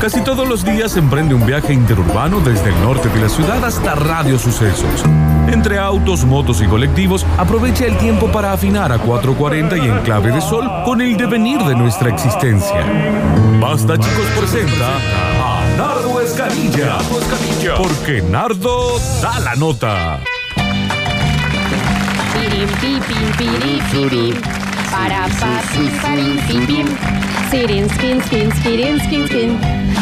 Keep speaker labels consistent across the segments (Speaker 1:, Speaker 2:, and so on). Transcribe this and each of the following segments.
Speaker 1: Casi todos los días emprende un viaje interurbano desde el norte de la ciudad hasta Radio Sucesos. Entre autos, motos y colectivos, aprovecha el tiempo para afinar a 440 y Enclave de Sol con el devenir de nuestra existencia. Basta chicos presenta a Nardo Escanilla, porque Nardo da la nota.
Speaker 2: Pirim, pi, pim, piri, pirim. Para, pa, pi, parim, pi, pim. Sirin, skin, skin, skirin, skin, skin.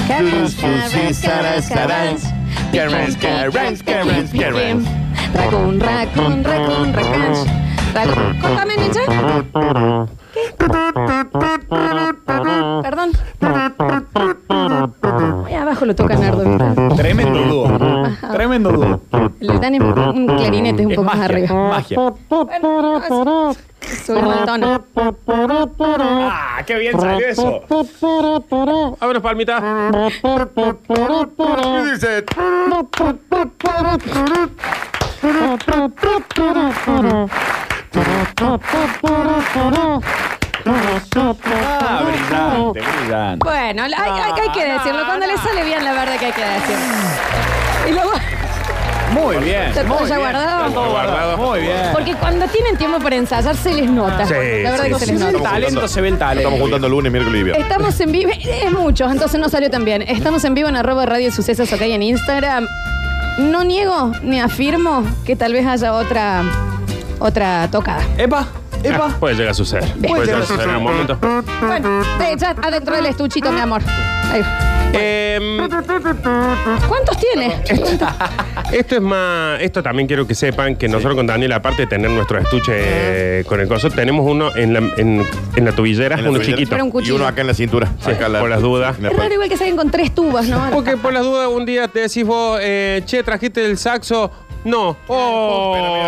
Speaker 2: Carras, carras, carras, carras. Piquín, piquín, piquín, piquín. Racún, racún, racún, racán. Racún, cóntame, ninja. ¿Qué? Perdón. Ahí abajo lo toca Nardo. ¿verdad?
Speaker 3: Tremendo dúo. Tremendo dúo.
Speaker 2: Le dan un- un clarinete un
Speaker 3: Es
Speaker 2: poco más
Speaker 3: magia,
Speaker 2: arriba.
Speaker 3: Magia.
Speaker 2: Bueno, así. Subimos el tono.
Speaker 3: Ah, qué bien salió eso.
Speaker 4: Vámonos, palmita.
Speaker 5: Y dice,
Speaker 3: Ah, brillante, brillante.
Speaker 2: Bueno, hay, hay- hay que decirlo. Cuando le sale bien, la verdad que hay que decirlo. Y luego,
Speaker 3: Muy bien.
Speaker 2: ¿Está todo
Speaker 3: muy
Speaker 2: ya
Speaker 3: bien.
Speaker 2: guardado?
Speaker 3: Está todo guardado. Muy bien.
Speaker 2: porque cuando tienen tiempo para ensayar, se les nota.
Speaker 5: Sí,
Speaker 2: la verdad
Speaker 5: sí,
Speaker 2: que
Speaker 5: sí,
Speaker 2: se les
Speaker 3: Se ve el
Speaker 2: nota.
Speaker 3: talento, se ve el talento.
Speaker 5: Estamos juntando lunes, miércoles y viernes.
Speaker 2: Estamos en vivo, es mucho, entonces no salió tan bien. Estamos en vivo en arroba radio sucesos acá y en Instagram. No niego ni afirmo que tal vez haya otra otra tocada.
Speaker 3: Epa, epa.
Speaker 4: Ah, Puede llegar a suceder. Puede llegar a suceder en un momento.
Speaker 2: Bueno, te echas adentro del estuchito, mi amor. Ahí.
Speaker 4: Em,
Speaker 2: ¿Cuántos tiene?
Speaker 4: Eh, Esto es más. Esto también quiero que sepan que nosotros con Daniel, aparte de tener nuestro estuche eh, con el coso, tenemos uno en la, en, en la tobillera,
Speaker 5: En la
Speaker 4: Ah, uno
Speaker 5: tobillera.
Speaker 4: chiquito.
Speaker 2: Pero un
Speaker 5: Y
Speaker 2: cuchillo.
Speaker 5: uno acá en la cintura.
Speaker 4: Sí,
Speaker 5: acá
Speaker 4: por las dudas.
Speaker 5: en la
Speaker 2: Es
Speaker 5: espalda.
Speaker 2: raro igual que salen con tres tubas, ¿no?
Speaker 4: Porque por las dudas un día te decís vos, eh, che, trajiste el saxo. No.
Speaker 5: Pero mira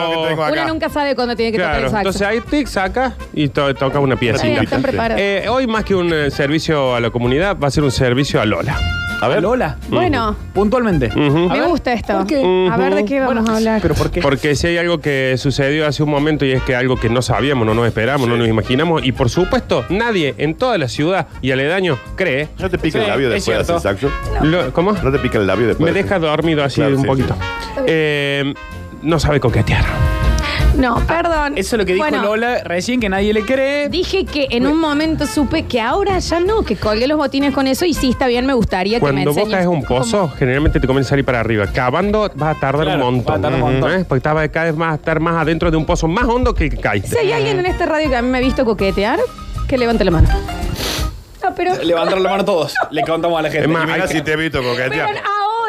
Speaker 5: lo que
Speaker 4: Oh.
Speaker 5: tengo acá.
Speaker 2: Uno nunca sabe cuándo tiene que
Speaker 4: Claro.
Speaker 2: tocar el
Speaker 4: Entonces
Speaker 2: saxo.
Speaker 4: ahí tic, saca y to- toca una
Speaker 2: Está bien,
Speaker 4: piecita.
Speaker 2: están preparados.
Speaker 4: Eh, hoy más que un eh, servicio a la comunidad, va a ser un servicio a Lola.
Speaker 5: A ver. Mm.
Speaker 3: Lola.
Speaker 2: bueno,
Speaker 3: Puntualmente.
Speaker 4: Ujú.
Speaker 3: A
Speaker 2: me
Speaker 3: ver,
Speaker 2: gusta esto.
Speaker 3: ¿por qué?
Speaker 2: A ver de qué vamos a hablar.
Speaker 3: ¿Pero por qué?
Speaker 4: Porque si hay algo que sucedió hace un momento y es que algo que no sabíamos, no nos esperamos, no nos imaginamos y por supuesto nadie en toda la ciudad y aledaño cree.
Speaker 5: ¿No te pica el
Speaker 3: Sí,
Speaker 5: labio
Speaker 3: es
Speaker 5: después de hacer
Speaker 3: cierto.
Speaker 5: saxo?
Speaker 4: Lo- ¿Cómo?
Speaker 5: ¿No te pica el labio
Speaker 4: Me
Speaker 5: después?
Speaker 4: deja dormido así
Speaker 5: Claro,
Speaker 4: un
Speaker 5: sí,
Speaker 4: poquito. Eh, no sabe coquetear.
Speaker 2: No, perdón.
Speaker 3: Ah, Eso es lo que dijo
Speaker 2: Bueno,
Speaker 3: Lola recién, que nadie le cree.
Speaker 2: Dije que en un momento supe que ahora ya no, que colgué los botines con eso y sí, está bien, me gustaría que me
Speaker 4: Cuando vos
Speaker 2: enseñes.
Speaker 4: caes en un pozo, generalmente te comienza a salir para arriba. Cavando vas a tardar
Speaker 3: Claro,
Speaker 4: un montón.
Speaker 3: va a tardar un
Speaker 4: Ujú,
Speaker 3: montón.
Speaker 4: ¿eh? Porque estaba cada vez más a estar más adentro de un pozo más hondo que el que
Speaker 2: Si
Speaker 4: caíste.
Speaker 2: hay alguien en esta radio que a mí me ha visto coquetear, que levante la mano. No, pero...
Speaker 3: Levantaron la mano todos. Le contamos a la gente.
Speaker 4: Es más,
Speaker 5: Mira
Speaker 4: hay-
Speaker 5: si te he visto
Speaker 2: Pero
Speaker 5: coquetear.
Speaker 2: ahora,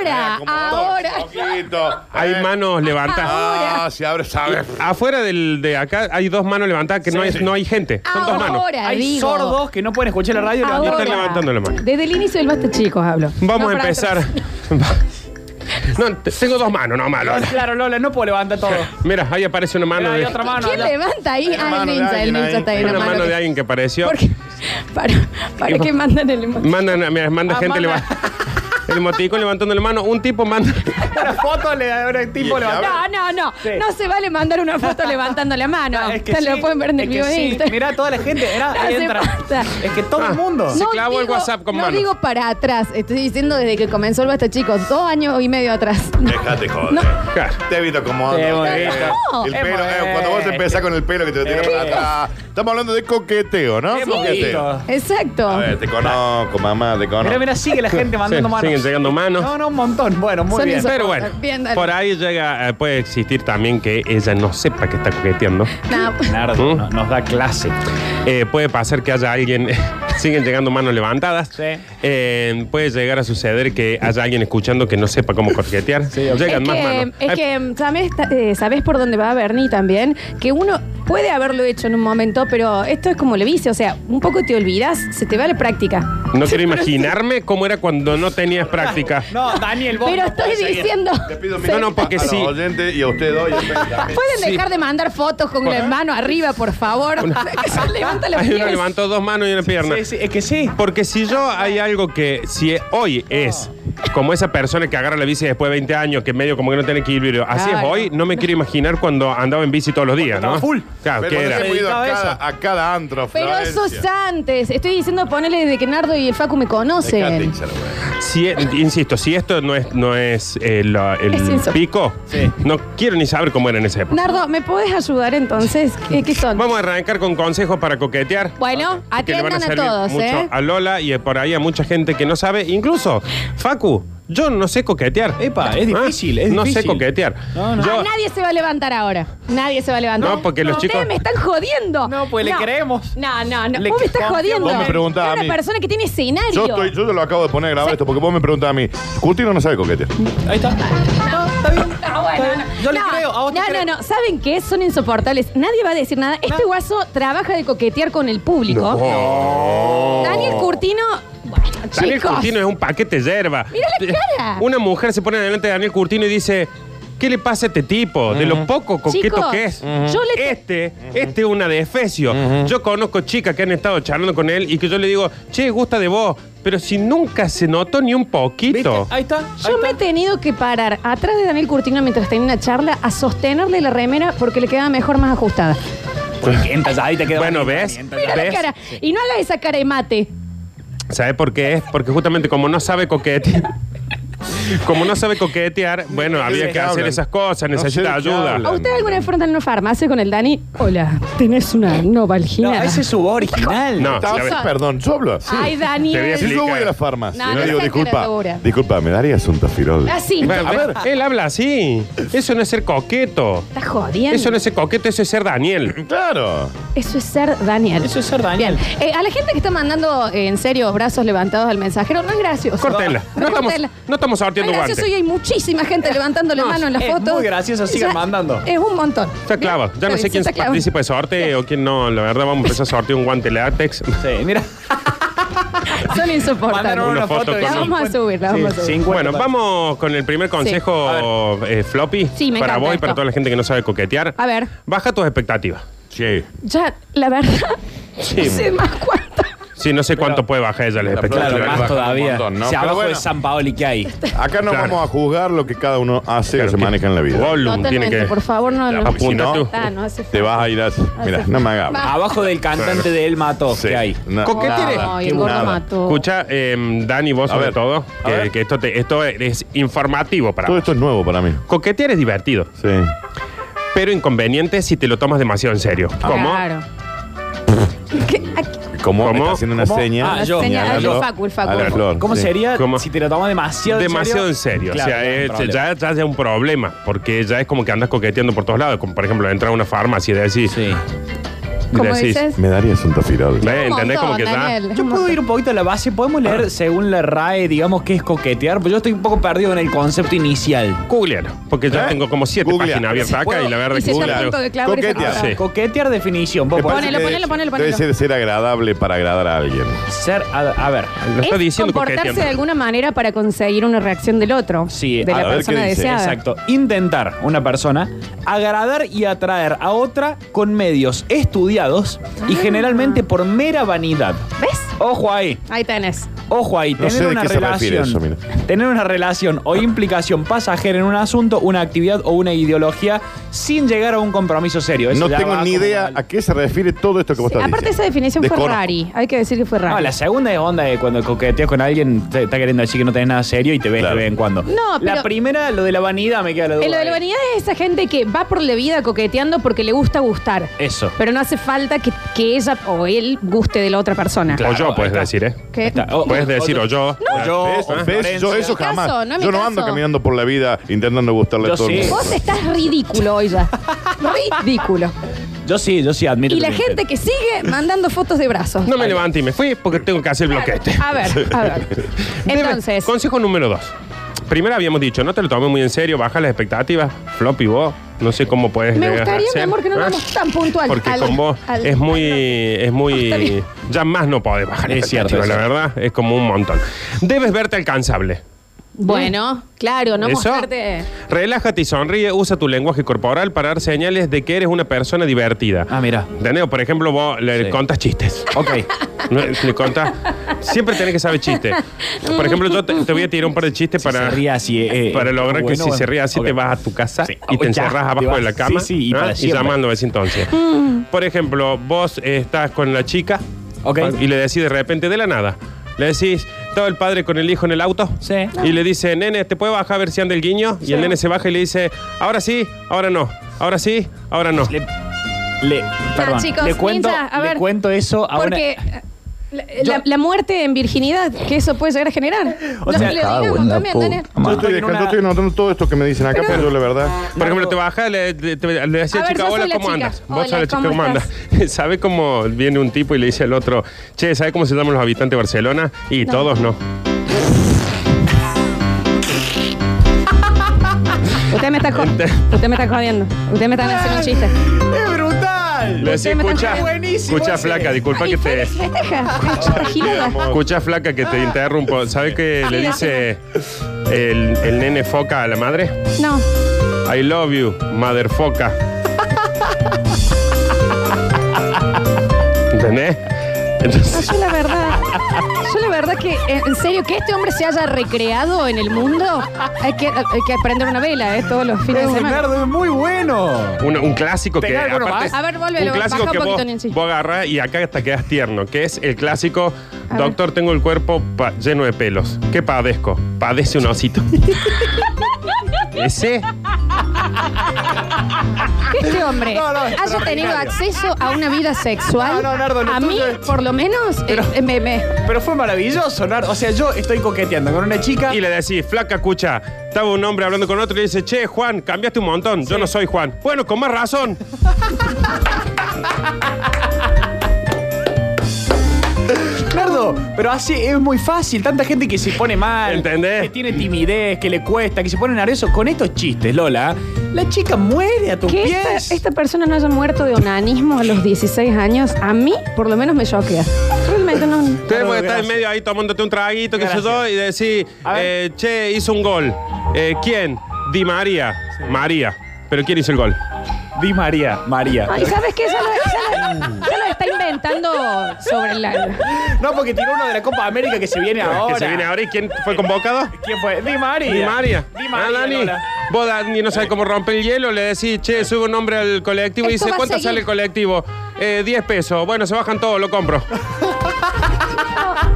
Speaker 5: Ah, como
Speaker 2: ahora.
Speaker 5: dos, poquito.
Speaker 4: Hay
Speaker 5: Eh.
Speaker 4: manos levantadas.
Speaker 5: Ah, se abre, sabe.
Speaker 4: Afuera del, de acá hay dos manos levantadas que no, es, no hay gente. Son dos manos.
Speaker 2: Ahora,
Speaker 3: Hay
Speaker 2: digo.
Speaker 3: sordos que no pueden escuchar la radio.
Speaker 2: Ahora.
Speaker 4: están levantando la mano.
Speaker 2: Desde el inicio del Basta Chicos hablo.
Speaker 4: Vamos
Speaker 2: No,
Speaker 4: a
Speaker 2: para
Speaker 4: empezar.
Speaker 2: atrás.
Speaker 4: no, te- tengo dos manos nomás,
Speaker 3: Lola,
Speaker 4: Lola.
Speaker 3: Claro, Lola, no puedo levantar todo.
Speaker 4: Mira, ahí aparece una mano
Speaker 3: Pero hay
Speaker 4: de.
Speaker 3: otra mano.
Speaker 2: ¿Quién
Speaker 3: allá.
Speaker 2: levanta ahí?
Speaker 5: Hay una
Speaker 2: Ah, el
Speaker 5: mano de
Speaker 2: ninja, el
Speaker 5: alguien
Speaker 2: ninja
Speaker 5: ahí.
Speaker 2: está ahí.
Speaker 4: Hay una mano
Speaker 2: que-
Speaker 4: de alguien que apareció.
Speaker 2: Porque, para, para que mandan el emoji.
Speaker 4: Mandan, mira, manda
Speaker 3: Ah,
Speaker 4: gente
Speaker 3: manda.
Speaker 4: levantando. El emoticón levantando la mano. Un tipo manda.
Speaker 3: Una foto le da un tipo
Speaker 5: Y- y
Speaker 3: levantando.
Speaker 2: No, no, no.
Speaker 3: Sí.
Speaker 2: No se vale mandar una foto levantando la mano. Ustedes lo pueden ver en el
Speaker 3: es
Speaker 2: video
Speaker 3: que
Speaker 2: de
Speaker 3: sí.
Speaker 2: Instagram.
Speaker 3: Mirá, toda la gente. Era,
Speaker 2: No hace
Speaker 3: entra.
Speaker 2: falta.
Speaker 3: Es que todo
Speaker 4: Ah.
Speaker 3: el mundo.
Speaker 4: Sí. Se clavó el WhatsApp con
Speaker 2: no
Speaker 4: mano.
Speaker 2: digo para atrás, estoy diciendo desde que comenzó el Basta Chicos, dos años y medio atrás.
Speaker 5: Déjate joder.
Speaker 2: No.
Speaker 4: Claro.
Speaker 5: Te he visto como
Speaker 3: Qué bonito.
Speaker 2: No.
Speaker 5: El pelo,
Speaker 3: Es
Speaker 5: eh, cuando vos
Speaker 3: bonito.
Speaker 5: empezás con el pelo que te lo tirás
Speaker 3: Eh.
Speaker 5: para atrás. Estamos hablando de coqueteo, ¿no?
Speaker 3: Qué
Speaker 5: Coqueteo.
Speaker 3: bonito.
Speaker 2: Exacto.
Speaker 5: A ver, te conozco, mamá, te
Speaker 3: Mira,
Speaker 5: conozco.
Speaker 3: mira, sigue la gente mandando
Speaker 4: Ah, Sí,
Speaker 3: manos.
Speaker 4: siguen llegando manos.
Speaker 3: No, no, un montón. Bueno, muy
Speaker 2: Son
Speaker 3: bien.
Speaker 2: esos-
Speaker 4: Pero bueno,
Speaker 2: Bien, dale.
Speaker 4: por ahí llega, eh, puede existir también que ella no sepa que está coqueteando.
Speaker 2: No.
Speaker 3: Nardo,
Speaker 4: ¿Mm?
Speaker 3: no- nos da clase.
Speaker 4: Eh, puede pasar que haya alguien, siguen llegando manos levantadas.
Speaker 3: Sí.
Speaker 4: Eh, puede llegar a suceder que haya alguien escuchando que no sepa cómo coquetear.
Speaker 3: ok.
Speaker 2: Es
Speaker 4: Llegan más
Speaker 2: que,
Speaker 4: manos.
Speaker 2: es
Speaker 4: Ay,
Speaker 2: que, ¿sabes, Ta- eh, sabes por dónde va Bernie también? Que uno puede haberlo hecho en un momento, pero esto es como le vice, o sea, un poco te olvidas, se te va la práctica.
Speaker 4: No quiero imaginarme cómo era cuando no tenías práctica.
Speaker 3: No, Daniel, vos.
Speaker 2: Pero
Speaker 3: no podés
Speaker 2: estoy
Speaker 3: seguir.
Speaker 2: diciendo.
Speaker 5: Te pido
Speaker 2: se-
Speaker 5: mil
Speaker 4: No, no, porque
Speaker 5: a los
Speaker 4: sí.
Speaker 5: oyentes y a ustedes dos. y a ustedes también.
Speaker 2: ¿Pueden
Speaker 4: Sí.
Speaker 2: dejar de mandar fotos con la mano arriba, por favor? Se levanta los
Speaker 4: Hay uno
Speaker 2: pies.
Speaker 4: levantó dos manos y una pierna.
Speaker 3: Sí, sí, es que sí.
Speaker 4: Porque si yo hay algo que si hoy es
Speaker 3: Ah.
Speaker 4: como esa persona que agarra la bici después de 20 años, que medio como que no tiene equilibrio, así
Speaker 2: Claro.
Speaker 4: es hoy, no me quiero imaginar cuando andaba en bici todos los días, ¿no?
Speaker 3: estaba full.
Speaker 4: Claro,
Speaker 5: Pero
Speaker 4: Ah, ¿qué
Speaker 5: nos
Speaker 4: era?
Speaker 5: hemos ido a
Speaker 3: Dedicado a
Speaker 5: cada, a cada antro,
Speaker 2: Pero eso
Speaker 5: Florencia.
Speaker 2: es antes. Estoy diciendo ponele desde que Nardo y el Facu me
Speaker 5: Dejate
Speaker 2: conocen.
Speaker 5: hinchar, güey.
Speaker 4: Si, e- insisto, si esto no es, no es eh, la- el
Speaker 2: Es eso.
Speaker 4: pico,
Speaker 3: Sí.
Speaker 4: no quiero ni saber cómo era en esa época.
Speaker 2: Nardo, ¿me puedes ayudar entonces? ¿Qué, qué son?
Speaker 4: Vamos a arrancar con consejos para coquetear.
Speaker 2: Bueno,
Speaker 4: que le
Speaker 2: atiendan
Speaker 4: van
Speaker 2: a,
Speaker 4: servir
Speaker 2: todos,
Speaker 4: mucho
Speaker 2: ¿eh?
Speaker 4: A Lola y eh, por ahí a mucha gente que no sabe. Incluso, Facu, yo no sé coquetear.
Speaker 3: Epa, es
Speaker 4: ¿Ah?
Speaker 3: difícil, es
Speaker 4: No sé
Speaker 3: difícil.
Speaker 4: coquetear.
Speaker 3: No, no.
Speaker 4: Yo-
Speaker 2: Ah, nadie se va a levantar ahora. Nadie se va a levantar.
Speaker 4: No, porque los chicos-
Speaker 2: Ustedes me están jodiendo.
Speaker 3: No, pues le creemos.
Speaker 2: No, no, no.
Speaker 3: Le-
Speaker 2: vos me estás
Speaker 3: confiamos.
Speaker 2: jodiendo.
Speaker 5: Vos me preguntás
Speaker 2: Es
Speaker 5: a
Speaker 2: una
Speaker 5: mí.
Speaker 2: persona que tiene escenario.
Speaker 5: Yo, estoy, yo te lo acabo de poner a grabar esto porque vos me preguntás a mí. Curtino no sabe coquetear.
Speaker 3: Ahí está.
Speaker 2: Ah, No, está bien. No, bueno,
Speaker 3: Está bien.
Speaker 2: no.
Speaker 3: Yo le
Speaker 2: No,
Speaker 3: creo, a vos te
Speaker 2: No,
Speaker 3: creo.
Speaker 2: no, no. ¿Saben qué? Son insoportables. Nadie va a decir nada. Este guaso trabaja de coquetear con el público. Daniel Curtino. Bueno,
Speaker 4: Daniel
Speaker 2: chicos.
Speaker 4: Curtino es un paquete de hierba.
Speaker 2: Mirá la cara.
Speaker 4: Una mujer se pone delante de Daniel Curtino y dice. ¿Qué le pasa a este tipo? De lo poco coqueto
Speaker 2: Chicos,
Speaker 4: que es.
Speaker 2: yo le-
Speaker 4: Este, este es una de Efesio. Yo conozco chicas que han estado charlando con él y que yo le digo, che, gusta de vos. Pero si nunca se notó ni un
Speaker 3: ¿Viste?
Speaker 4: poquito.
Speaker 3: Ahí está.
Speaker 2: Yo me he tenido que parar atrás de Daniel Curtino mientras tenía una charla a sostenerle la remera porque le quedaba mejor más ajustada.
Speaker 3: ahí te queda.
Speaker 4: Bueno, ¿ves?
Speaker 2: Mira la
Speaker 4: ¿Ves?
Speaker 2: cara. Y no hagas esa cara de mate.
Speaker 4: ¿Sabes por qué es? Porque justamente como no sabe coquetear. Como no sabe coquetear, bueno, había
Speaker 5: les
Speaker 4: que hacer
Speaker 5: hablan?
Speaker 4: esas cosas,
Speaker 5: No sé
Speaker 4: necesita
Speaker 5: de qué
Speaker 4: ayuda.
Speaker 5: hablan.
Speaker 2: ¿A usted alguna vez fueron en una farmacia con el Dani? Hola, tenés una
Speaker 3: No,
Speaker 2: novalgina.
Speaker 3: ese es su voz original.
Speaker 4: No,
Speaker 5: Está-
Speaker 4: ya ves.
Speaker 5: perdón, yo hablo así.
Speaker 2: Ay, Dani.
Speaker 4: Te voy a
Speaker 5: Si yo
Speaker 4: explicar.
Speaker 5: voy a la farmacia,
Speaker 2: No,
Speaker 5: no,
Speaker 2: no
Speaker 5: digo,
Speaker 2: seas
Speaker 5: disculpa,
Speaker 2: caradura.
Speaker 5: disculpa, ¿me darías un tafirol?
Speaker 2: Así.
Speaker 4: Bueno,
Speaker 5: A ver.
Speaker 4: Él habla así. Eso no es ser coqueto.
Speaker 2: Está jodiendo.
Speaker 4: Eso no es ser coqueto, eso es ser Daniel.
Speaker 5: Claro.
Speaker 2: Eso es ser Daniel.
Speaker 3: Eso es ser Daniel.
Speaker 2: Bien. Eh, a la gente que está mandando eh, en serio brazos levantados al mensajero, no es gracioso.
Speaker 4: Córtela. No estamos,
Speaker 2: Córtela.
Speaker 4: no estamos
Speaker 2: No
Speaker 4: sorteando
Speaker 2: es gracioso y
Speaker 4: guantes.
Speaker 2: hay muchísima gente levantando la mano en las
Speaker 3: Eh, es
Speaker 2: fotos.
Speaker 3: muy gracioso, sigan
Speaker 2: Ya,
Speaker 3: mandando.
Speaker 2: Es un montón.
Speaker 4: Está clava. Ya no sé quién participa de sorteo o quién no. La verdad, vamos a empezar a sortear un guante látex.
Speaker 3: Sí, mira.
Speaker 2: Son insoportables.
Speaker 3: Mandaron una,
Speaker 4: Una foto
Speaker 3: foto. de
Speaker 4: con
Speaker 2: La vamos a subir, la vamos a subir.
Speaker 3: 50.
Speaker 4: Bueno, vamos con el primer consejo eh, floppy
Speaker 2: Sí, me
Speaker 4: para
Speaker 2: encanta
Speaker 4: vos y para
Speaker 2: esto.
Speaker 4: toda la gente que no sabe coquetear.
Speaker 2: A ver.
Speaker 4: Baja tus expectativas.
Speaker 5: Sí.
Speaker 2: Ya, la verdad, no sé más cuánto.
Speaker 4: Sí, no sé cuánto puede bajar ella las
Speaker 5: Claro,
Speaker 4: expectativas.
Speaker 5: Claro,
Speaker 3: Claro,
Speaker 5: baja
Speaker 3: más
Speaker 5: un
Speaker 3: todavía.
Speaker 5: montón, ¿no?
Speaker 3: Si
Speaker 5: Pero
Speaker 3: abajo
Speaker 5: bueno.
Speaker 3: de San Paoli, ¿qué hay?
Speaker 5: Acá no
Speaker 4: Claro.
Speaker 5: vamos a juzgar lo que cada uno hace o se maneja en la vida.
Speaker 4: Gollum tiene
Speaker 2: Totalmente,
Speaker 4: que.
Speaker 2: por favor, no lo
Speaker 4: Apunta
Speaker 5: Si no,
Speaker 4: tú.
Speaker 2: Ah, no hace falta.
Speaker 5: Te vas a ir así. Mira, no me hagas.
Speaker 2: Va.
Speaker 3: Abajo del cantante de El Mato,
Speaker 5: Sí.
Speaker 3: ¿qué hay?
Speaker 5: No,
Speaker 4: ¿Con qué
Speaker 5: nada,
Speaker 4: tiene?
Speaker 2: Ay, el gordo
Speaker 5: nada.
Speaker 2: mató.
Speaker 4: Escucha, em, Dani, vos
Speaker 5: A
Speaker 4: sobre
Speaker 5: ver,
Speaker 4: todo,
Speaker 5: a
Speaker 4: que,
Speaker 5: ver.
Speaker 4: que esto, te- esto es informativo para
Speaker 5: Todo
Speaker 4: vos.
Speaker 5: esto es nuevo para mí.
Speaker 4: Coquetear es divertido,
Speaker 5: Sí.
Speaker 4: pero inconveniente si te lo tomas demasiado en serio.
Speaker 2: Ah.
Speaker 4: ¿Cómo?
Speaker 2: Claro. ¿Qué? Aquí-
Speaker 5: Como
Speaker 4: ¿Cómo?
Speaker 5: está haciendo una
Speaker 3: ¿Cómo?
Speaker 5: seña.
Speaker 3: Ah, yo.
Speaker 5: señalando
Speaker 2: Ah, yo, Facu, el Facu.
Speaker 5: a la flor,
Speaker 3: ¿Cómo
Speaker 5: sí.
Speaker 3: sería
Speaker 4: ¿Cómo?
Speaker 3: si te lo tomas demasiado en
Speaker 4: Demasiado en serio.
Speaker 3: Claro,
Speaker 4: o sea,
Speaker 3: no,
Speaker 4: es-
Speaker 3: no, problema.
Speaker 4: ya, ya es un problema, porque ya es como que andas coqueteando por todos lados. Como por ejemplo, entrar a una farmacia y decir.
Speaker 3: Sí.
Speaker 2: ¿Cómo
Speaker 4: decís,
Speaker 2: dices?
Speaker 5: Me darías un tafirol.
Speaker 4: ¿Ves? ¿Entendés?
Speaker 2: montón,
Speaker 4: Como que ya.
Speaker 2: Daniel.
Speaker 3: Yo puedo ir un poquito a la base, podemos leer según la RAE, digamos, qué es coquetear, pero yo estoy un poco perdido en el concepto inicial.
Speaker 4: Googlear, porque yo
Speaker 5: ¿Eh?
Speaker 4: tengo como siete
Speaker 5: Googlea.
Speaker 4: páginas abiertas acá
Speaker 3: Bueno,
Speaker 4: y la verdad
Speaker 2: Y
Speaker 4: es que
Speaker 2: se está a
Speaker 5: Google.
Speaker 2: punto
Speaker 4: Googlea.
Speaker 2: de clavar esa
Speaker 5: Coquetea.
Speaker 2: palabra.
Speaker 4: Sí.
Speaker 3: Coquetear definición, vos
Speaker 5: Me parece
Speaker 3: podés
Speaker 2: Ponelo,
Speaker 5: que
Speaker 2: ponelo, ponelo, ponelo.
Speaker 5: Debe ser, ser agradable para agradar a alguien.
Speaker 3: ser, a, a ver,
Speaker 4: lo está
Speaker 2: Es
Speaker 4: diciendo
Speaker 2: comportarse de
Speaker 4: coqueteando.
Speaker 2: alguna manera para conseguir una reacción del otro.
Speaker 3: Sí,
Speaker 2: de
Speaker 3: a
Speaker 2: la
Speaker 5: ver
Speaker 2: persona
Speaker 5: qué dice.
Speaker 2: deseada.
Speaker 3: exacto, intentar una persona agradar y atraer a otra con medios estudiados y
Speaker 2: Ah.
Speaker 3: generalmente por mera vanidad.
Speaker 2: ¿Ves?
Speaker 3: Ojo ahí.
Speaker 2: Ahí tenés.
Speaker 3: Ojo ahí,
Speaker 5: No
Speaker 3: tener
Speaker 5: sé de
Speaker 3: una
Speaker 5: qué se refiere
Speaker 3: relación.
Speaker 5: eso, mira.
Speaker 3: tener una relación o implicación pasajera en un asunto, una actividad o una ideología sin llegar a un compromiso serio. Eso
Speaker 5: No
Speaker 3: ya
Speaker 5: tengo
Speaker 3: va
Speaker 5: ni
Speaker 3: como
Speaker 5: idea
Speaker 3: al-
Speaker 5: a qué se refiere todo esto que vos estás
Speaker 2: Aparte, esa
Speaker 5: diciendo.
Speaker 2: definición fue
Speaker 5: Desconozco.
Speaker 2: rari. Hay que decir que fue rari.
Speaker 3: No, Ah, la segunda es onda de cuando coqueteas con alguien, te está queriendo decir que no tenés nada serio y te ves
Speaker 5: Claro.
Speaker 3: de vez en cuando.
Speaker 2: No, pero-
Speaker 3: La primera, lo de la vanidad, me queda la duda.
Speaker 2: Eh, lo de la
Speaker 3: ahí.
Speaker 2: vanidad es esa gente que va por la vida coqueteando porque le gusta gustar.
Speaker 3: Eso.
Speaker 2: Pero no hace falta que, que ella o él guste de la otra persona.
Speaker 4: O yo,
Speaker 3: Claro,
Speaker 4: puedes
Speaker 3: ahí está.
Speaker 4: decir, ¿eh?
Speaker 2: ¿Qué?
Speaker 3: Está. Oh, O-
Speaker 4: Puedes decir o yo.
Speaker 3: o yo,
Speaker 5: ¿Ves?
Speaker 3: o
Speaker 5: ¿Ves?
Speaker 3: Florencia.
Speaker 5: Yo eso
Speaker 2: mi
Speaker 5: jamás.
Speaker 2: caso, no es mi
Speaker 5: Yo no ando
Speaker 2: caso.
Speaker 5: caminando por la vida intentando gustarle
Speaker 3: Yo
Speaker 5: a todo el
Speaker 3: sí.
Speaker 5: mundo.
Speaker 2: Vos estás ridículo hoy ya. ridículo.
Speaker 3: Yo sí, yo sí admito.
Speaker 2: Y
Speaker 3: que
Speaker 2: la
Speaker 3: lo
Speaker 2: gente que sigue mandando fotos de brazos.
Speaker 4: No me levanté y me fui porque tengo que hacer el bloquete.
Speaker 2: A ver, a ver.
Speaker 4: Debe-
Speaker 2: Entonces,
Speaker 4: Consejo número dos. Primero habíamos dicho, no te lo tomes muy en serio, baja las expectativas, floppy vos. No sé cómo puedes
Speaker 2: me
Speaker 4: llegar a
Speaker 2: gustaría, mi
Speaker 4: ser,
Speaker 2: amor, que no
Speaker 4: ¿eh?
Speaker 2: vamos tan puntual.
Speaker 4: Porque
Speaker 2: al-
Speaker 4: con vos
Speaker 2: al- Ah,
Speaker 4: es muy. Es
Speaker 2: Está bien.
Speaker 4: muy ya más no podés bajar.
Speaker 3: Es cierto,
Speaker 4: expectativas,
Speaker 3: es
Speaker 4: La verdad, es como un montón. Debes verte alcanzable.
Speaker 2: Bueno, claro, no
Speaker 4: ¿Eso?
Speaker 2: mostrarte.
Speaker 4: Relájate y sonríe, usa tu lenguaje corporal para dar señales de que eres una persona divertida.
Speaker 3: Ah, mira.
Speaker 4: Daneo, por ejemplo, vos le
Speaker 3: Sí.
Speaker 4: contas chistes.
Speaker 3: Ok.
Speaker 4: No, le contás. Siempre tenés que saber chistes. Por ejemplo, yo te, te voy a tirar un par de chistes
Speaker 3: Si
Speaker 4: para.
Speaker 3: se ríe así, eh, eh,
Speaker 4: para lograr
Speaker 3: bueno,
Speaker 4: que si
Speaker 3: bueno.
Speaker 4: se ríe así
Speaker 3: Ok.
Speaker 4: te vas a tu casa
Speaker 3: Sí.
Speaker 4: y te
Speaker 3: Ya,
Speaker 4: encerrás
Speaker 3: te
Speaker 4: abajo
Speaker 3: vas.
Speaker 4: de la cama
Speaker 3: Sí, sí, y para
Speaker 4: ¿ah? y
Speaker 3: siempre.
Speaker 4: llamando a entonces. Por ejemplo, vos estás con la chica
Speaker 3: Ok.
Speaker 4: y le decís de repente de la nada. Le decís, estaba el padre con el hijo en el auto.
Speaker 3: Sí.
Speaker 4: Y le dice, nene, ¿te puedo bajar a ver si anda el guiño? Y el nene se baja y le dice, ahora sí, ahora no. Ahora sí, ahora no.
Speaker 3: Le, le- perdón,
Speaker 2: chicos,
Speaker 3: le, cuento,
Speaker 2: ninja, a
Speaker 3: le
Speaker 2: ver.
Speaker 3: cuento eso a una...
Speaker 2: Porque eh, la, la-
Speaker 3: Ah, Yo-
Speaker 2: la muerte en virginidad, que eso puede llegar a generar.
Speaker 3: O
Speaker 2: No
Speaker 3: sea,
Speaker 2: le
Speaker 6: cago en
Speaker 2: digamos
Speaker 6: la
Speaker 2: también,
Speaker 6: puta.
Speaker 2: Daniel.
Speaker 5: Yo
Speaker 3: Mamá.
Speaker 5: estoy,
Speaker 3: Estoy en
Speaker 5: dejando-
Speaker 3: una-
Speaker 5: estoy anotando todo esto que me dicen acá, pero yo la verdad.
Speaker 4: Por ejemplo, te bajás, le, le- te- le decís
Speaker 2: A
Speaker 4: al
Speaker 2: ver,
Speaker 4: chico,
Speaker 2: yo soy
Speaker 4: hola,
Speaker 2: la
Speaker 4: ¿cómo
Speaker 2: chica.
Speaker 4: andas?
Speaker 2: Hola,
Speaker 4: Vos sos la chica,
Speaker 2: ¿cómo
Speaker 4: ¿cómo andas? ¿Sabe cómo viene un tipo y le dice al otro, che, ¿sabe cómo se llaman los habitantes de Barcelona? Y todos no.
Speaker 2: Usted me está
Speaker 3: Este.
Speaker 2: jodiendo. Usted me está jodiendo. Usted me está haciendo un chiste.
Speaker 3: ¡Es brutal!
Speaker 4: Le decís,
Speaker 2: Usted me está
Speaker 4: escucha,
Speaker 3: buenísimo
Speaker 4: escucha
Speaker 3: ese".
Speaker 4: flaca, disculpa
Speaker 2: Y
Speaker 4: que
Speaker 2: fue-
Speaker 4: te...
Speaker 2: festeja. Esta gilada.
Speaker 4: Escucha flaca que
Speaker 2: Ah.
Speaker 4: te interrumpo. ¿Sabe qué le dice el, el nene foca a la madre?
Speaker 2: No.
Speaker 4: I love you, mother foca. ¿Entendés?
Speaker 2: No,
Speaker 4: Entonces,
Speaker 2: yo la verdad, yo la verdad que, en en serio, que este hombre se haya recreado en el mundo, hay que, hay que prender una vela, ¿eh? Todos los fines de semana.
Speaker 3: Bernardo, es muy bueno.
Speaker 4: un, un clásico que
Speaker 3: Tenés alguno
Speaker 4: aparte,
Speaker 3: más.
Speaker 2: A ver, vuélvelo,
Speaker 4: un clásico
Speaker 2: baja un
Speaker 4: que
Speaker 2: poquito,
Speaker 4: vos,
Speaker 2: Nancy.
Speaker 4: vos agarrás y acá hasta quedas tierno, que es el clásico
Speaker 2: A ver.
Speaker 4: Doctor, tengo el cuerpo pa- lleno de pelos. ¿Qué padezco? Padece un osito. Ese
Speaker 2: Que este hombre
Speaker 3: No, no, es
Speaker 2: haya tenido
Speaker 3: extraordinario.
Speaker 2: acceso a una vida sexual,
Speaker 3: No, no, Nardo, lo
Speaker 2: a
Speaker 3: tuyo
Speaker 2: mí,
Speaker 3: es-
Speaker 2: por lo menos, eh, eh, me, me-
Speaker 3: Pero fue maravilloso, Nardo. O sea, yo estoy coqueteando con una chica.
Speaker 4: y le decís, flaca cucha. Estaba un hombre hablando con otro y le dice, che, Juan, cambiaste un montón. Yo no soy Juan. Bueno, con más razón.
Speaker 3: Nardo, pero así es muy fácil. Tanta gente que se pone mal.
Speaker 4: ¿Entendés?
Speaker 3: Que tiene timidez, que le cuesta, que se pone nervioso. Con estos chistes, Lola, la chica muere a tus
Speaker 2: que
Speaker 3: pies.
Speaker 2: esta, esta persona no haya muerto de onanismo a los 16 años, a mí, por lo menos, me choquea. Realmente no.
Speaker 4: Ustedes porque estás en
Speaker 3: gracias.
Speaker 4: medio ahí tomándote un traguito, qué sé
Speaker 3: Gracias.
Speaker 4: yo, y decís,
Speaker 3: A ver.
Speaker 4: eh, che, hizo un gol. Eh, ¿Quién? Di María. María. ¿Pero quién hizo el gol?
Speaker 3: Di María, María.
Speaker 2: Ay, ¿sabes qué? Ya lo, ya lo- ya lo está inventando sobre la.
Speaker 3: No, porque tiró uno de la Copa América que se viene ahora.
Speaker 4: Que se viene ahora y quién fue convocado?
Speaker 3: ¿Quién fue? Di María.
Speaker 4: Di María.
Speaker 3: Di
Speaker 4: Ah,
Speaker 3: María.
Speaker 4: Dani.
Speaker 3: Lola.
Speaker 4: Vos, Dani, no sabés cómo romper el hielo, le decís, che, sube un nombre al colectivo y
Speaker 2: Esto
Speaker 4: dice,
Speaker 2: va a
Speaker 4: ¿cuánto
Speaker 2: seguir.
Speaker 4: sale el colectivo? Eh, 10 pesos. Bueno, se bajan todos, lo compro.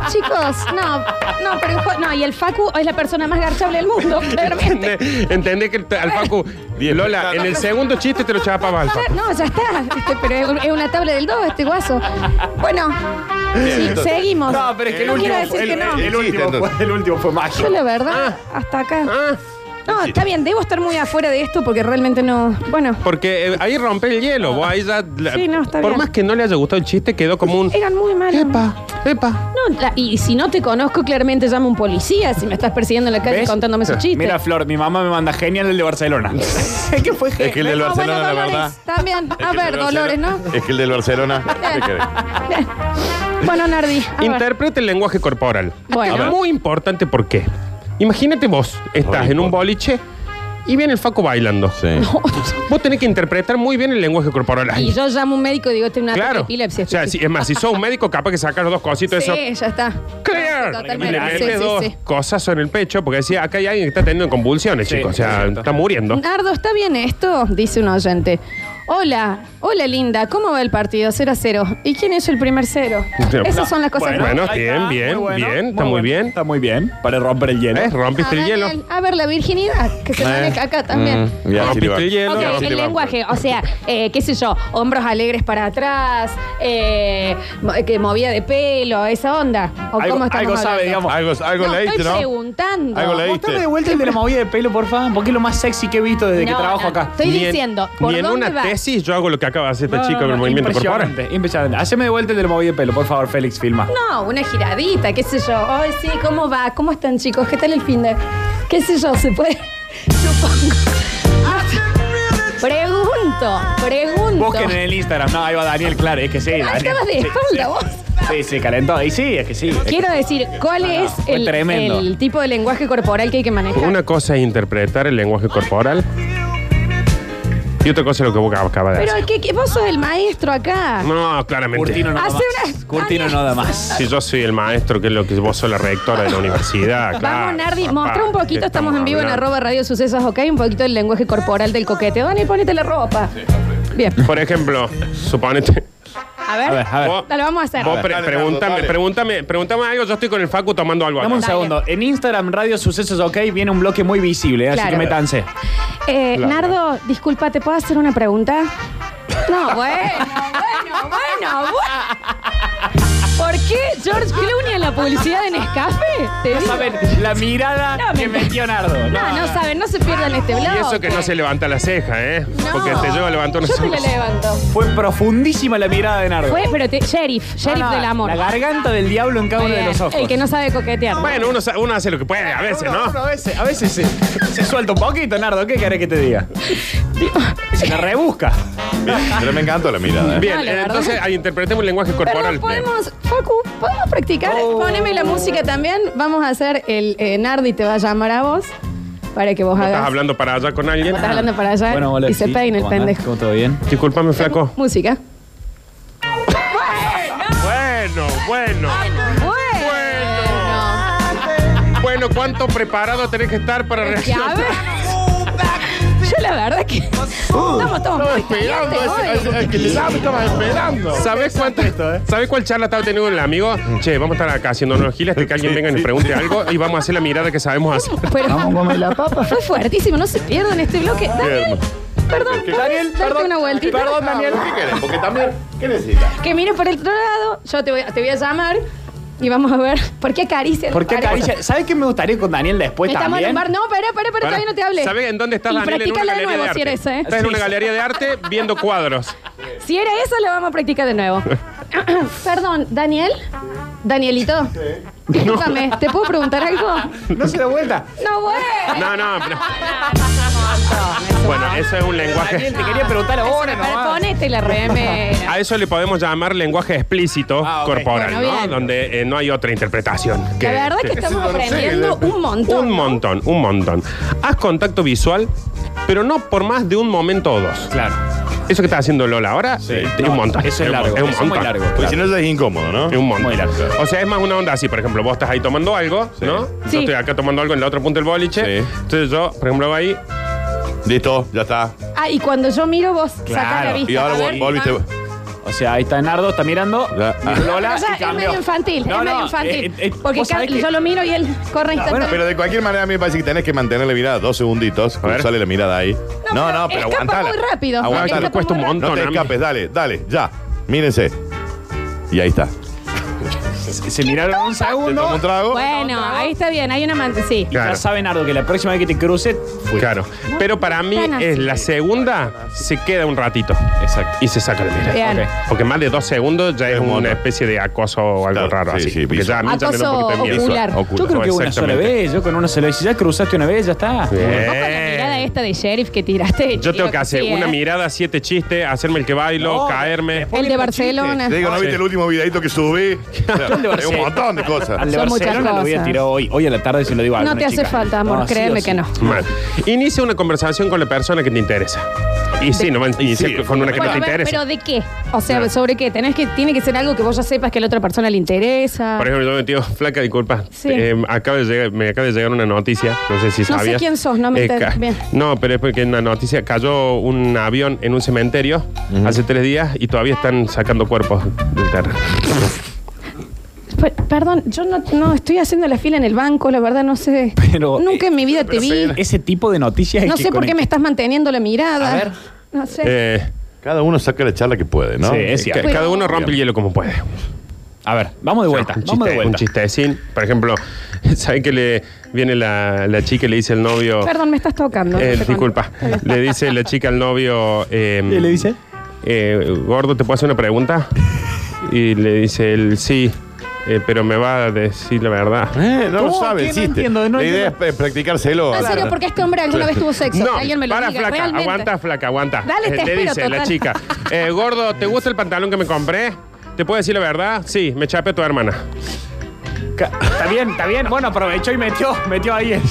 Speaker 2: Chicos, no, no, pero el jo- no, y el Facu es la persona más garchable del mundo, claramente.
Speaker 4: ¿Entendés que te- al Facu, Lola, en el segundo chiste te lo chapaba al
Speaker 2: A ver,
Speaker 4: Facu.
Speaker 2: No, ya está. Este, pero es, es una tabla del 2 este guaso. Bueno, sí, seguimos.
Speaker 3: No, pero es que el
Speaker 2: No
Speaker 3: último
Speaker 2: quiero decir
Speaker 3: fue, el,
Speaker 2: que no.
Speaker 3: el- el último
Speaker 5: Entonces.
Speaker 3: fue, el último fue
Speaker 2: Yo
Speaker 3: mágico.
Speaker 2: la verdad, hasta acá.
Speaker 4: Ah,
Speaker 2: No, está bien, debo estar muy afuera de esto porque realmente no. Bueno,
Speaker 4: Porque eh, ahí rompe el hielo, vos ahí ya. la-
Speaker 2: Sí, no, está
Speaker 4: por
Speaker 2: bien.
Speaker 4: más que no le haya gustado el chiste, quedó como un.
Speaker 2: eran muy malos.
Speaker 4: Epa, epa.
Speaker 2: No, la- y si no te conozco, claramente llamo a un policía si me estás persiguiendo en la calle
Speaker 3: ¿Ves?
Speaker 2: contándome esos chistes.
Speaker 3: Mira, Flor, mi mamá me manda genial el de Barcelona. es que fue
Speaker 5: Es que el
Speaker 3: genial.
Speaker 5: del
Speaker 2: No, Ah, bueno,
Speaker 5: Barcelona, la
Speaker 2: Dolores,
Speaker 5: verdad.
Speaker 2: También. A
Speaker 5: Es que el
Speaker 2: ver,
Speaker 5: del
Speaker 2: Dolores,
Speaker 5: Barcelona-
Speaker 2: ¿no?
Speaker 5: Es que el del Barcelona. ¿qué querés?
Speaker 2: Bueno, Nardi. a ver.
Speaker 4: Interpreta el lenguaje corporal.
Speaker 2: Bueno.
Speaker 4: Es muy importante porque. Imagínate vos, estás
Speaker 5: Muy
Speaker 4: en un boliche y viene el Facu bailando.
Speaker 5: Sí.
Speaker 4: Vos tenés que interpretar muy bien el lenguaje corporal.
Speaker 2: Y yo llamo a un médico y digo, tengo una
Speaker 4: claro.
Speaker 2: epilepsia.
Speaker 4: o sea, si- es más, si sos un médico, capaz que sacas los dos cositos
Speaker 2: sí,
Speaker 4: eso.
Speaker 2: ya está.
Speaker 4: ¡Clear! Y
Speaker 2: Totalmente. Ah,
Speaker 4: le
Speaker 2: Sí,
Speaker 4: metes
Speaker 2: sí,
Speaker 4: dos
Speaker 2: sí.
Speaker 4: cosas en el pecho porque decía, acá hay alguien que está teniendo convulsiones,
Speaker 3: Sí,
Speaker 4: chicos. O sea,
Speaker 3: exacto.
Speaker 4: está muriendo.
Speaker 2: Nardo, ¿está bien esto? Dice un oyente. Hola, hola linda, ¿cómo va el partido? 0 a 0. ¿Y quién es el primer cero? Esas son las cosas
Speaker 4: Bueno,
Speaker 2: que-
Speaker 4: bueno,
Speaker 3: ahí
Speaker 4: bien, bien,
Speaker 3: muy
Speaker 4: bien, está muy
Speaker 3: bueno.
Speaker 4: bien.
Speaker 3: Está muy bien, para romper el hielo.
Speaker 4: ¿Ves? Rompiste
Speaker 2: Ah,
Speaker 4: el hielo.
Speaker 2: Daniel, A ver, la virginidad, que se
Speaker 5: Eh.
Speaker 2: maneja acá también.
Speaker 5: Mm, y así le va.
Speaker 4: Rompiste el hielo.
Speaker 2: Ok,
Speaker 5: no, sí,
Speaker 2: el
Speaker 5: vamos.
Speaker 2: lenguaje, o sea, eh, qué sé yo, hombros alegres para atrás, eh, mo- que movía de pelo, esa onda. ¿O
Speaker 3: Algo-
Speaker 2: cómo estamos
Speaker 3: algo sabe,
Speaker 2: hablando?
Speaker 3: digamos.
Speaker 5: Algo, algo
Speaker 2: No,
Speaker 5: leíste,
Speaker 2: estoy
Speaker 5: ¿no?
Speaker 2: preguntando.
Speaker 5: Algo leíste.
Speaker 3: Mostrame de vuelta el de la movida de pelo, por favor, porque es lo más sexy que he visto desde que
Speaker 2: No,
Speaker 3: trabajo
Speaker 2: no,
Speaker 3: acá.
Speaker 2: no. Estoy
Speaker 4: Ni en-
Speaker 2: diciendo, ¿por
Speaker 4: Ni en
Speaker 2: dónde
Speaker 4: una
Speaker 2: va?
Speaker 4: tesis yo hago lo que acaba de hacer este
Speaker 3: No,
Speaker 4: chico
Speaker 3: no,
Speaker 4: con el
Speaker 3: no,
Speaker 4: movimiento corporal.
Speaker 3: impresionante, Impresionante. Haceme de vuelta el de la movida de pelo, por favor, Félix, filma.
Speaker 2: No, una giradita, qué sé yo. Ay, sí, ¿cómo va? ¿Cómo están, chicos? ¿Qué tal el fin de...? ¿Qué sé yo? ¿Se puede...? Supongo. Ah, pregunto, pregunto.
Speaker 3: Busquen en el Instagram. No, ahí va Daniel, claro, es que sí.
Speaker 2: Ah,
Speaker 3: Daniel.
Speaker 2: estabas de
Speaker 3: Sí,
Speaker 2: espalda,
Speaker 3: sí.
Speaker 2: vos.
Speaker 3: Sí, sí, calentó. Y sí, es que sí.
Speaker 2: Quiero decir, ¿cuál es
Speaker 3: fue
Speaker 2: el,
Speaker 3: tremendo.
Speaker 2: el tipo de lenguaje corporal que hay que manejar?
Speaker 4: Una cosa es interpretar el lenguaje corporal y otra cosa es lo que vos acabas de
Speaker 2: Pero
Speaker 4: hacer.
Speaker 2: que, que vos sos el maestro acá.
Speaker 4: No, claramente.
Speaker 3: Curtino no da
Speaker 2: Hace
Speaker 3: más.
Speaker 2: una-
Speaker 3: Curtino no da más.
Speaker 4: Si yo soy el maestro, que es lo que vos sos la rectora de la universidad. claro,
Speaker 2: Vamos, Nardi,
Speaker 4: papá,
Speaker 2: mostra un
Speaker 4: ¿qué
Speaker 2: poquito, estamos en vivo en
Speaker 4: hablando?
Speaker 2: arroba radio sucesos, ok, un poquito del lenguaje corporal del coquete. Dani, ponete la ropa. Bien.
Speaker 4: Por ejemplo, suponete.
Speaker 2: A ver,
Speaker 3: A ver, a ver.
Speaker 4: Vos-
Speaker 2: Dale, vamos a hacer.
Speaker 4: Vos pre-
Speaker 5: Dale,
Speaker 4: pregúntame,
Speaker 5: dale.
Speaker 4: pregúntame, pregúntame algo, yo estoy con el Facu tomando algo. acá.
Speaker 3: Dame un
Speaker 2: Dale.
Speaker 3: segundo. En Instagram, Radio Sucesos OK, viene un bloque muy visible, ¿eh? así
Speaker 2: Claro.
Speaker 3: que métanse.
Speaker 2: Eh,
Speaker 4: Claro.
Speaker 2: Nardo, disculpa, ¿te puedo hacer una pregunta? No, bueno, bueno, bueno, bueno. ¿Por qué George Clooney en la publicidad de Nescafé? Te
Speaker 3: No
Speaker 2: digo.
Speaker 3: saben la mirada
Speaker 2: No, me
Speaker 3: que
Speaker 2: encanta.
Speaker 3: metió Nardo.
Speaker 2: No, no saben, no se pierdan este blog.
Speaker 4: Y eso que no se levanta la ceja, ¿eh? Porque te llevo a levantar una
Speaker 2: Yo te la
Speaker 4: ceja.
Speaker 2: levanto.
Speaker 3: Fue profundísima la mirada de Nardo.
Speaker 2: Fue, pero te, sheriff, sheriff
Speaker 3: No, no,
Speaker 2: del amor.
Speaker 3: Ah, La garganta del diablo en cada
Speaker 2: Muy
Speaker 3: uno de
Speaker 2: bien.
Speaker 3: los ojos.
Speaker 2: El que no sabe coquetear.
Speaker 4: Bueno, uno, sa- uno hace lo que puede a veces,
Speaker 3: Uno-
Speaker 4: ¿no?
Speaker 3: uno a veces, a veces se, se suelta un poquito, Nardo. ¿Qué querés que te diga? Se la rebusca.
Speaker 5: Bien, Pero me encantó la mirada. ¿eh?
Speaker 4: Bien,
Speaker 2: No, la
Speaker 4: eh,
Speaker 2: verdad.
Speaker 4: entonces ahí interpretemos el lenguaje
Speaker 2: Perdón,
Speaker 4: corporal.
Speaker 2: podemos, Facu, ¿podemos practicar?
Speaker 3: Oh.
Speaker 2: Poneme la música también. Vamos a hacer el eh, Nardi te va a llamar a vos para que vos
Speaker 4: ¿No
Speaker 2: hagas.
Speaker 4: estás hablando para allá con alguien?
Speaker 2: Estás hablando para allá
Speaker 3: hola,
Speaker 2: y se
Speaker 3: sí,
Speaker 2: peina el
Speaker 3: ¿cómo andás?
Speaker 2: pendejo.
Speaker 3: ¿Cómo todo bien?
Speaker 4: Disculpame, flaco.
Speaker 2: Música.
Speaker 4: Bueno, bueno.
Speaker 2: Bueno.
Speaker 4: Bueno, ¿cuánto preparado tenés que estar para
Speaker 2: Y a
Speaker 4: reaccionar?
Speaker 2: ver. Yo la verdad que. estamos todos muy
Speaker 4: esperando
Speaker 2: calientes hoy.
Speaker 5: que le estabas esperando.
Speaker 4: ¿Sabes cuánto? ¿Sabes cuál charla estaba teniendo el amigo? Che, vamos a estar acá haciendo unos giles hasta que alguien venga y nos pregunte algo y vamos a hacer la mirada que
Speaker 2: Uh,
Speaker 4: sabemos hacer.
Speaker 2: Pero fue fuertísimo, no se pierdan este bloque. Daniel, perdón,
Speaker 3: Daniel,
Speaker 2: Daniel, darte
Speaker 3: perdón.
Speaker 2: una vueltita.
Speaker 3: Perdón, Daniel.
Speaker 5: ¿Qué querés? Porque también, ¿qué necesitas?
Speaker 2: Que mire por el otro lado, yo te voy, te voy a llamar y vamos a ver por qué acaricia.
Speaker 3: ¿Por qué
Speaker 2: Pará.
Speaker 3: acaricia? ¿Sabes qué me gustaría con Daniel después
Speaker 2: Estamos en
Speaker 3: también?
Speaker 2: un bar. No, pará, pará, pará, todavía no te hablé.
Speaker 4: ¿Sabes en dónde estás,
Speaker 2: y
Speaker 4: Daniel? En una
Speaker 2: practícala de
Speaker 4: galería
Speaker 2: nuevo
Speaker 4: de
Speaker 2: si era
Speaker 4: arte.
Speaker 2: esa, ¿eh?
Speaker 4: Estás en una galería de arte viendo cuadros.
Speaker 2: Si era esa, la vamos a practicar de nuevo. Perdón, Daniel. Danielito. Discúlpame, ¿te puedo preguntar algo?
Speaker 3: No se da vuelta.
Speaker 2: No, güey.
Speaker 4: No, no, no. Bueno, eso es un lenguaje.
Speaker 3: Daniel, te quería preguntar ahora
Speaker 2: Pero
Speaker 3: nomás.
Speaker 2: ponete este, la remera.
Speaker 4: A eso le podemos llamar lenguaje explícito
Speaker 3: Ah, ok.
Speaker 4: corporal,
Speaker 2: Bueno,
Speaker 4: ¿no?
Speaker 2: bien.
Speaker 4: Donde eh, no hay otra interpretación. este.
Speaker 2: La verdad que estamos aprendiendo un montón.
Speaker 4: Un montón, un montón. Haz contacto visual, pero no por más de un momento o dos.
Speaker 3: Claro.
Speaker 4: Eso que está haciendo Lola ahora eh, es
Speaker 3: No,
Speaker 4: un montón.
Speaker 3: Eso es
Speaker 4: un-
Speaker 3: largo.
Speaker 4: Es
Speaker 3: eso
Speaker 4: un
Speaker 3: es muy
Speaker 4: montón.
Speaker 3: largo.
Speaker 5: Porque si no ya es incómodo, ¿no?
Speaker 4: Es un montón.
Speaker 3: Muy largo.
Speaker 4: O sea, es más una onda así, por ejemplo, vos estás ahí tomando algo,
Speaker 5: Sí.
Speaker 4: ¿no?
Speaker 2: Sí.
Speaker 4: Yo estoy acá tomando algo en la otra punta del boliche.
Speaker 5: Sí.
Speaker 4: Entonces yo, por ejemplo, voy ahí.
Speaker 5: Listo, ya está.
Speaker 2: Ah, y cuando yo miro, vos sacás la
Speaker 3: Claro,
Speaker 2: vista.
Speaker 5: Y ahora
Speaker 2: A ver,
Speaker 5: vol- volviste.
Speaker 2: vamos.
Speaker 3: O sea, ahí está Nardo, está mirando.
Speaker 5: Ya, ah.
Speaker 3: Lola,
Speaker 2: O sea,
Speaker 3: y
Speaker 2: es
Speaker 3: cambió.
Speaker 2: medio infantil,
Speaker 3: No,
Speaker 2: es medio
Speaker 3: no,
Speaker 2: infantil.
Speaker 3: eh, eh,
Speaker 2: porque
Speaker 3: vos sabés
Speaker 2: Carl-
Speaker 3: que-
Speaker 2: yo lo miro y él corre
Speaker 3: bueno,
Speaker 2: instantáneamente.
Speaker 5: Pero de cualquier manera a mí me parece que tenés que mantener la mirada dos segunditos.
Speaker 4: ver.
Speaker 5: Sale la mirada ahí. No,
Speaker 2: pero
Speaker 5: no, pero
Speaker 2: escapa
Speaker 5: aguantala.
Speaker 2: muy rápido.
Speaker 5: Aguantala.
Speaker 2: Escapa
Speaker 4: Cuesta un
Speaker 2: muy rápido.
Speaker 5: No te
Speaker 4: Montón,
Speaker 5: escapes, dale, dale, ya. Mírense. Y ahí está. Te
Speaker 3: Se, se miraron un segundo.
Speaker 5: tomo un trago.
Speaker 2: Bueno, ahí está bien, hay una manta, sí.
Speaker 3: Ya
Speaker 4: Claro.
Speaker 3: sabe Nardo que la próxima vez que te cruce. fuiste.
Speaker 4: Claro. Pero para mí
Speaker 2: Tan así.
Speaker 4: es la segunda, se queda un ratito
Speaker 3: Exacto.
Speaker 4: y se saca la mirada.
Speaker 2: Bien.
Speaker 3: Ok.
Speaker 4: Porque más de dos segundos ya es,
Speaker 5: Es un
Speaker 4: una
Speaker 5: montón.
Speaker 4: especie de acoso o algo
Speaker 5: Claro,
Speaker 4: raro
Speaker 5: sí,
Speaker 4: así.
Speaker 5: sí,
Speaker 4: Porque ya a mí ya me da un
Speaker 2: Acoso
Speaker 4: poquito de miedo.
Speaker 2: ocular.
Speaker 5: Ocular.
Speaker 3: Yo creo que una sola
Speaker 4: Exactamente.
Speaker 3: vez. Yo con una sola vez. Si ya cruzaste una vez, ya está.
Speaker 2: Vos con la mirada esta de sheriff que tiraste.
Speaker 4: Eh. Yo tengo que hacer
Speaker 2: sí,
Speaker 4: una
Speaker 2: ¿eh?
Speaker 4: mirada, siete chistes, hacerme el que bailo,
Speaker 3: No,
Speaker 4: caerme.
Speaker 2: El de Barcelona.
Speaker 5: digo, ¿no
Speaker 4: Sí.
Speaker 5: viste el último videito que subí? O sea, es un montón de cosas.
Speaker 3: Al de
Speaker 2: Son
Speaker 3: Barcelona
Speaker 2: muchas
Speaker 3: lo voy a
Speaker 2: cosas.
Speaker 3: tirar hoy. Hoy a la tarde se lo digo a
Speaker 2: No
Speaker 3: alguna
Speaker 2: te hace
Speaker 3: chica.
Speaker 2: falta, amor,
Speaker 3: No, sí
Speaker 2: créeme
Speaker 3: o sí.
Speaker 2: que no.
Speaker 4: Mal. Inicia una conversación con la persona que te interesa. Y sí, no va a iniciar
Speaker 5: sí,
Speaker 4: con una que no
Speaker 2: Bueno,
Speaker 4: te
Speaker 2: a ver,
Speaker 4: interesa.
Speaker 2: pero ¿de qué? O sea,
Speaker 4: Claro.
Speaker 2: ¿sobre qué? Tenés que, tiene que ser algo que vos ya sepas que a la otra persona le interesa.
Speaker 4: Por ejemplo, yo me tío, flaca, disculpa.
Speaker 2: Sí.
Speaker 4: Eh, acaba de llegar, me acaba de llegar una noticia, no sé si
Speaker 2: sé
Speaker 4: sabías.
Speaker 2: quién sos, no me
Speaker 4: Eh,
Speaker 2: inter-
Speaker 4: ca-
Speaker 2: bien.
Speaker 4: No, pero es porque en una noticia cayó un avión en un cementerio hace tres días y todavía están sacando cuerpos del terreno.
Speaker 2: Per- Pues, perdón, yo no, no estoy haciendo la fila en el banco, la verdad no sé.
Speaker 3: Pero,
Speaker 2: Nunca
Speaker 3: eh,
Speaker 2: en mi vida te vi.
Speaker 3: Ese tipo de noticias es
Speaker 2: No
Speaker 3: que
Speaker 2: sé por qué me
Speaker 3: conecta.
Speaker 2: estás manteniendo la mirada.
Speaker 3: A ver.
Speaker 2: No sé.
Speaker 4: Eh,
Speaker 5: Cada uno saca la charla que puede, ¿no?
Speaker 3: Sí, es
Speaker 4: ca-
Speaker 3: cierto.
Speaker 4: cada uno rompe el hielo como puede.
Speaker 3: A ver, vamos de vuelta.
Speaker 4: Un
Speaker 3: vamos de
Speaker 4: chiste, un
Speaker 3: vuelta.
Speaker 4: chistecín. Por ejemplo, ¿saben que le viene la, la chica y le dice el novio?
Speaker 2: Perdón, me estás tocando.
Speaker 4: Oh. Eh,
Speaker 2: no sé
Speaker 4: disculpa. Le dice la chica al novio. eh,
Speaker 3: ¿Qué le dice?
Speaker 4: eh, Gordo, ¿te puedo hacer una pregunta? Y le dice él, sí, eh, pero me va a decir la verdad.
Speaker 5: Eh, no lo
Speaker 3: ¿Cómo?
Speaker 5: sabe,
Speaker 3: ¿Qué? No
Speaker 5: existe.
Speaker 3: entiendo, no
Speaker 5: la idea
Speaker 3: entiendo.
Speaker 5: es eh, practicárselo.
Speaker 2: No, en serio, porque este hombre alguna vez tuvo sexo.
Speaker 4: No,
Speaker 2: Alguien me lo
Speaker 4: para
Speaker 2: diga,
Speaker 4: flaca,
Speaker 2: realmente.
Speaker 4: aguanta flaca, aguanta.
Speaker 2: Dale, te
Speaker 4: Eh, le
Speaker 2: espero,
Speaker 4: dice la
Speaker 2: total.
Speaker 4: chica, eh, gordo, ¿te gusta el pantalón que me compré? ¿Te puedo decir la verdad? Sí, me chapé a tu hermana.
Speaker 3: Ca- Está bien, está bien. Bueno, aprovechó y metió, metió ahí.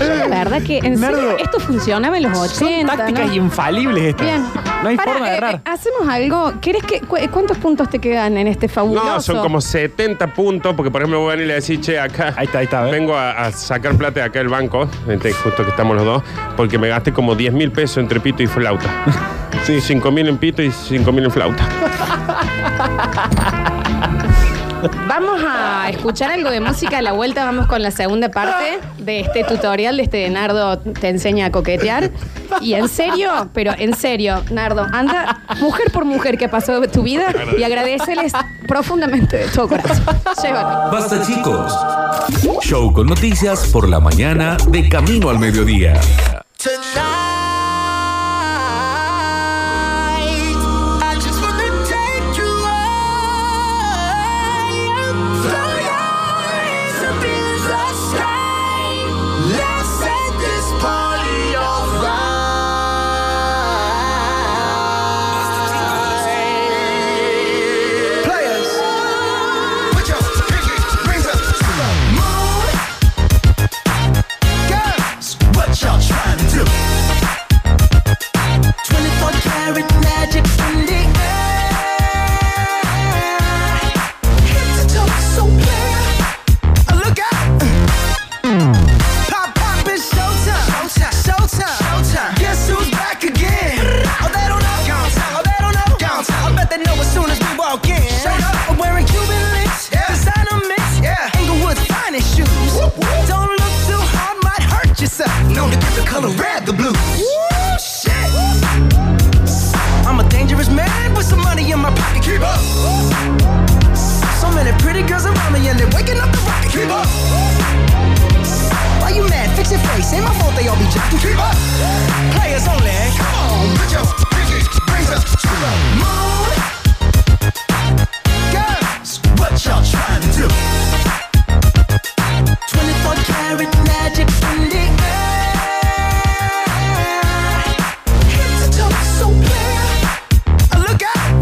Speaker 2: La verdad que, en
Speaker 3: Nardo,
Speaker 2: serio, esto funcionaba en los 80.
Speaker 3: Son tácticas
Speaker 2: ¿no?
Speaker 3: infalibles estas.
Speaker 2: Bien.
Speaker 3: No hay
Speaker 2: Pará,
Speaker 3: forma de
Speaker 2: eh,
Speaker 3: errar.
Speaker 2: eh, hacemos algo. ¿Querés que, cu- eh, ¿Cuántos puntos te quedan en este fabuloso?
Speaker 4: No, son como 70 puntos, porque por ejemplo voy a venir y le decís, che, acá.
Speaker 3: Ahí está, ahí está, ¿ves?
Speaker 4: Vengo a, a sacar plata de acá del banco, este, justo que estamos los dos, porque me gasté como 10 mil pesos entre pito y flauta. Sí. 5.000 en pito y 5.000 en flauta.
Speaker 2: Vamos a escuchar algo de música. A la vuelta vamos con la segunda parte de este tutorial de este Nardo te enseña a coquetear. Y en serio, pero en serio, Nardo, anda mujer por mujer que ha pasado de tu vida y agradeceles profundamente de todo corazón. Llévalo.
Speaker 1: Basta chicos. Show con noticias por la mañana de camino al mediodía.
Speaker 6: Tonight, I just wanna take you higher. Fly high, something in the sky. Let's set this party on fire. Players, put your pinky rings up to the moon. Girls, what y'all trying to do? 24 karat magic in the air. Head to toe, so clear. Uh, Look out! Pop, pop, it's showtime. Showtime. Showtime. Showtime. Guess who's back again? Oh, they don't know. Oh, they don't know. I bet they know as soon as we walk in. Shut up. I'm wearing Cuban links. Designer mix. Englewood's finest shoes. Don't look too hard, might hurt yourself. Known to get the color red, the blues. Woo, shit. I'm a dangerous man with some money in my pocket. Keep up. So many pretty girls around me and they're waking up the rocket. Keep up. Why you mad? Fix your face. Ain't my fault they all be jacking. Keep up. Players only. Come on, put your pinky rings up to the moon. Girls, what y'all trying to do? 24 karat magic in the air. Head to toe, so clear. Uh, Look out!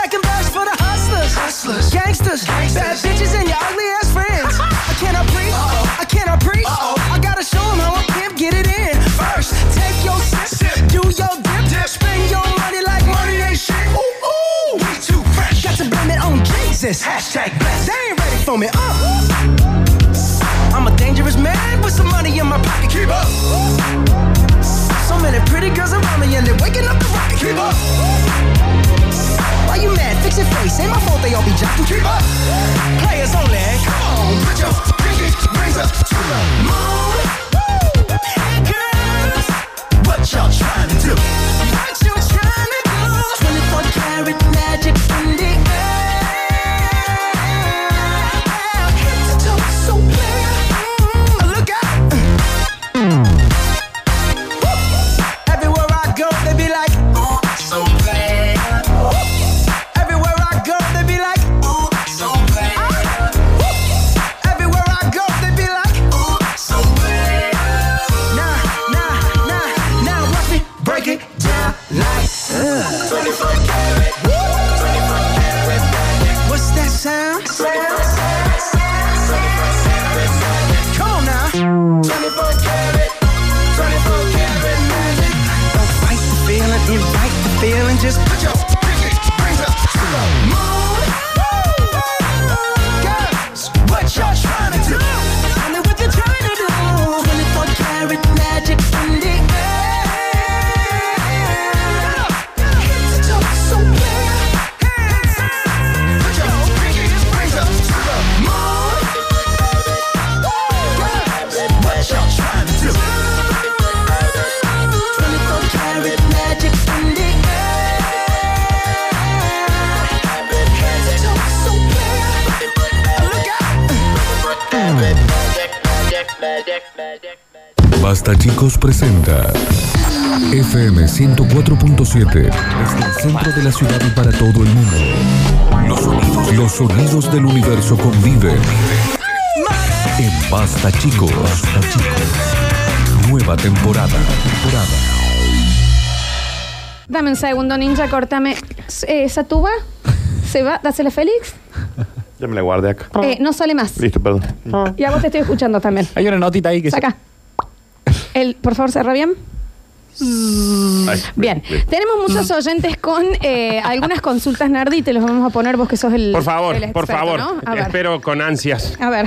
Speaker 6: Second verse for the hustlers, hustlers, gangsters, bad bitches and your ugly ass friends. I cannot preach, I cannot preach. I gotta show 'em how a pimp get it in. First, take your sip, do your dip, spend your money like money ain't shit. Ooh ooh, we too fresh. Got to blame it on Jesus. Hashtag blessed. They ain't ready for me. Uh. I'm a dangerous man with some money in my pocket. Keep up. So many pretty girls around me and they're waking up the rocket. Keep up. Why you mad? Fix your face. Ain't my fault they all be jocking. Keep up. Players only. Come on, put your pinky rings up to the moon. Hey girls, what y'all trying to do? What you trying to do? 24 karat magic in the air. Head to toe, so clear. Mm, Look out. Everywhere I go, they be like, oh, so bad. Everywhere I go, they be like, oh, so bad. Everywhere I go, they be like, oh, so bad. Nah, nah, nah, nah, watch me break it down like, uh. 24 karat, woo, 24 karat magic. What's that sound? Come on now. 24 karat, 24 karat magic. Don't fight the feeling, invite the feeling. Just put your pinky rings up to the moon. Girls, what y'all trying to do? I know what you're trying to do. 24 karat magic in the air. Head to toe, so clear. Put your pinky rings up to the moon. Girls, what y'all trying to do? 24 karat magic in the air. Head to toe, so clear. Look
Speaker 1: Basta chicos presenta FM 104.7 desde el centro de la ciudad y para todo el mundo. Los sonidos, los sonidos del universo conviven en Basta chicos. Basta, chicos. Nueva temporada. temporada.
Speaker 2: Dame un segundo, ninja, córtame. Eh, ¿Esa tuba? ¿Se va? ¿Dásela a Félix?
Speaker 5: Ya me la guardé acá.
Speaker 2: Eh, no sale más.
Speaker 5: Listo, perdón.
Speaker 2: Y a vos te estoy escuchando también.
Speaker 3: Hay una notita ahí que se-
Speaker 2: Saca. El, por favor, cerra bien.
Speaker 5: Ay,
Speaker 2: Bien,
Speaker 5: bien.
Speaker 2: tenemos muchos oyentes con eh, algunas consultas, Nardi, y te los vamos a poner vos que sos el.
Speaker 4: Por favor,
Speaker 2: el
Speaker 4: por
Speaker 2: experto,
Speaker 4: favor.
Speaker 2: ¿no? A ver.
Speaker 4: Espero con ansias.
Speaker 2: A ver.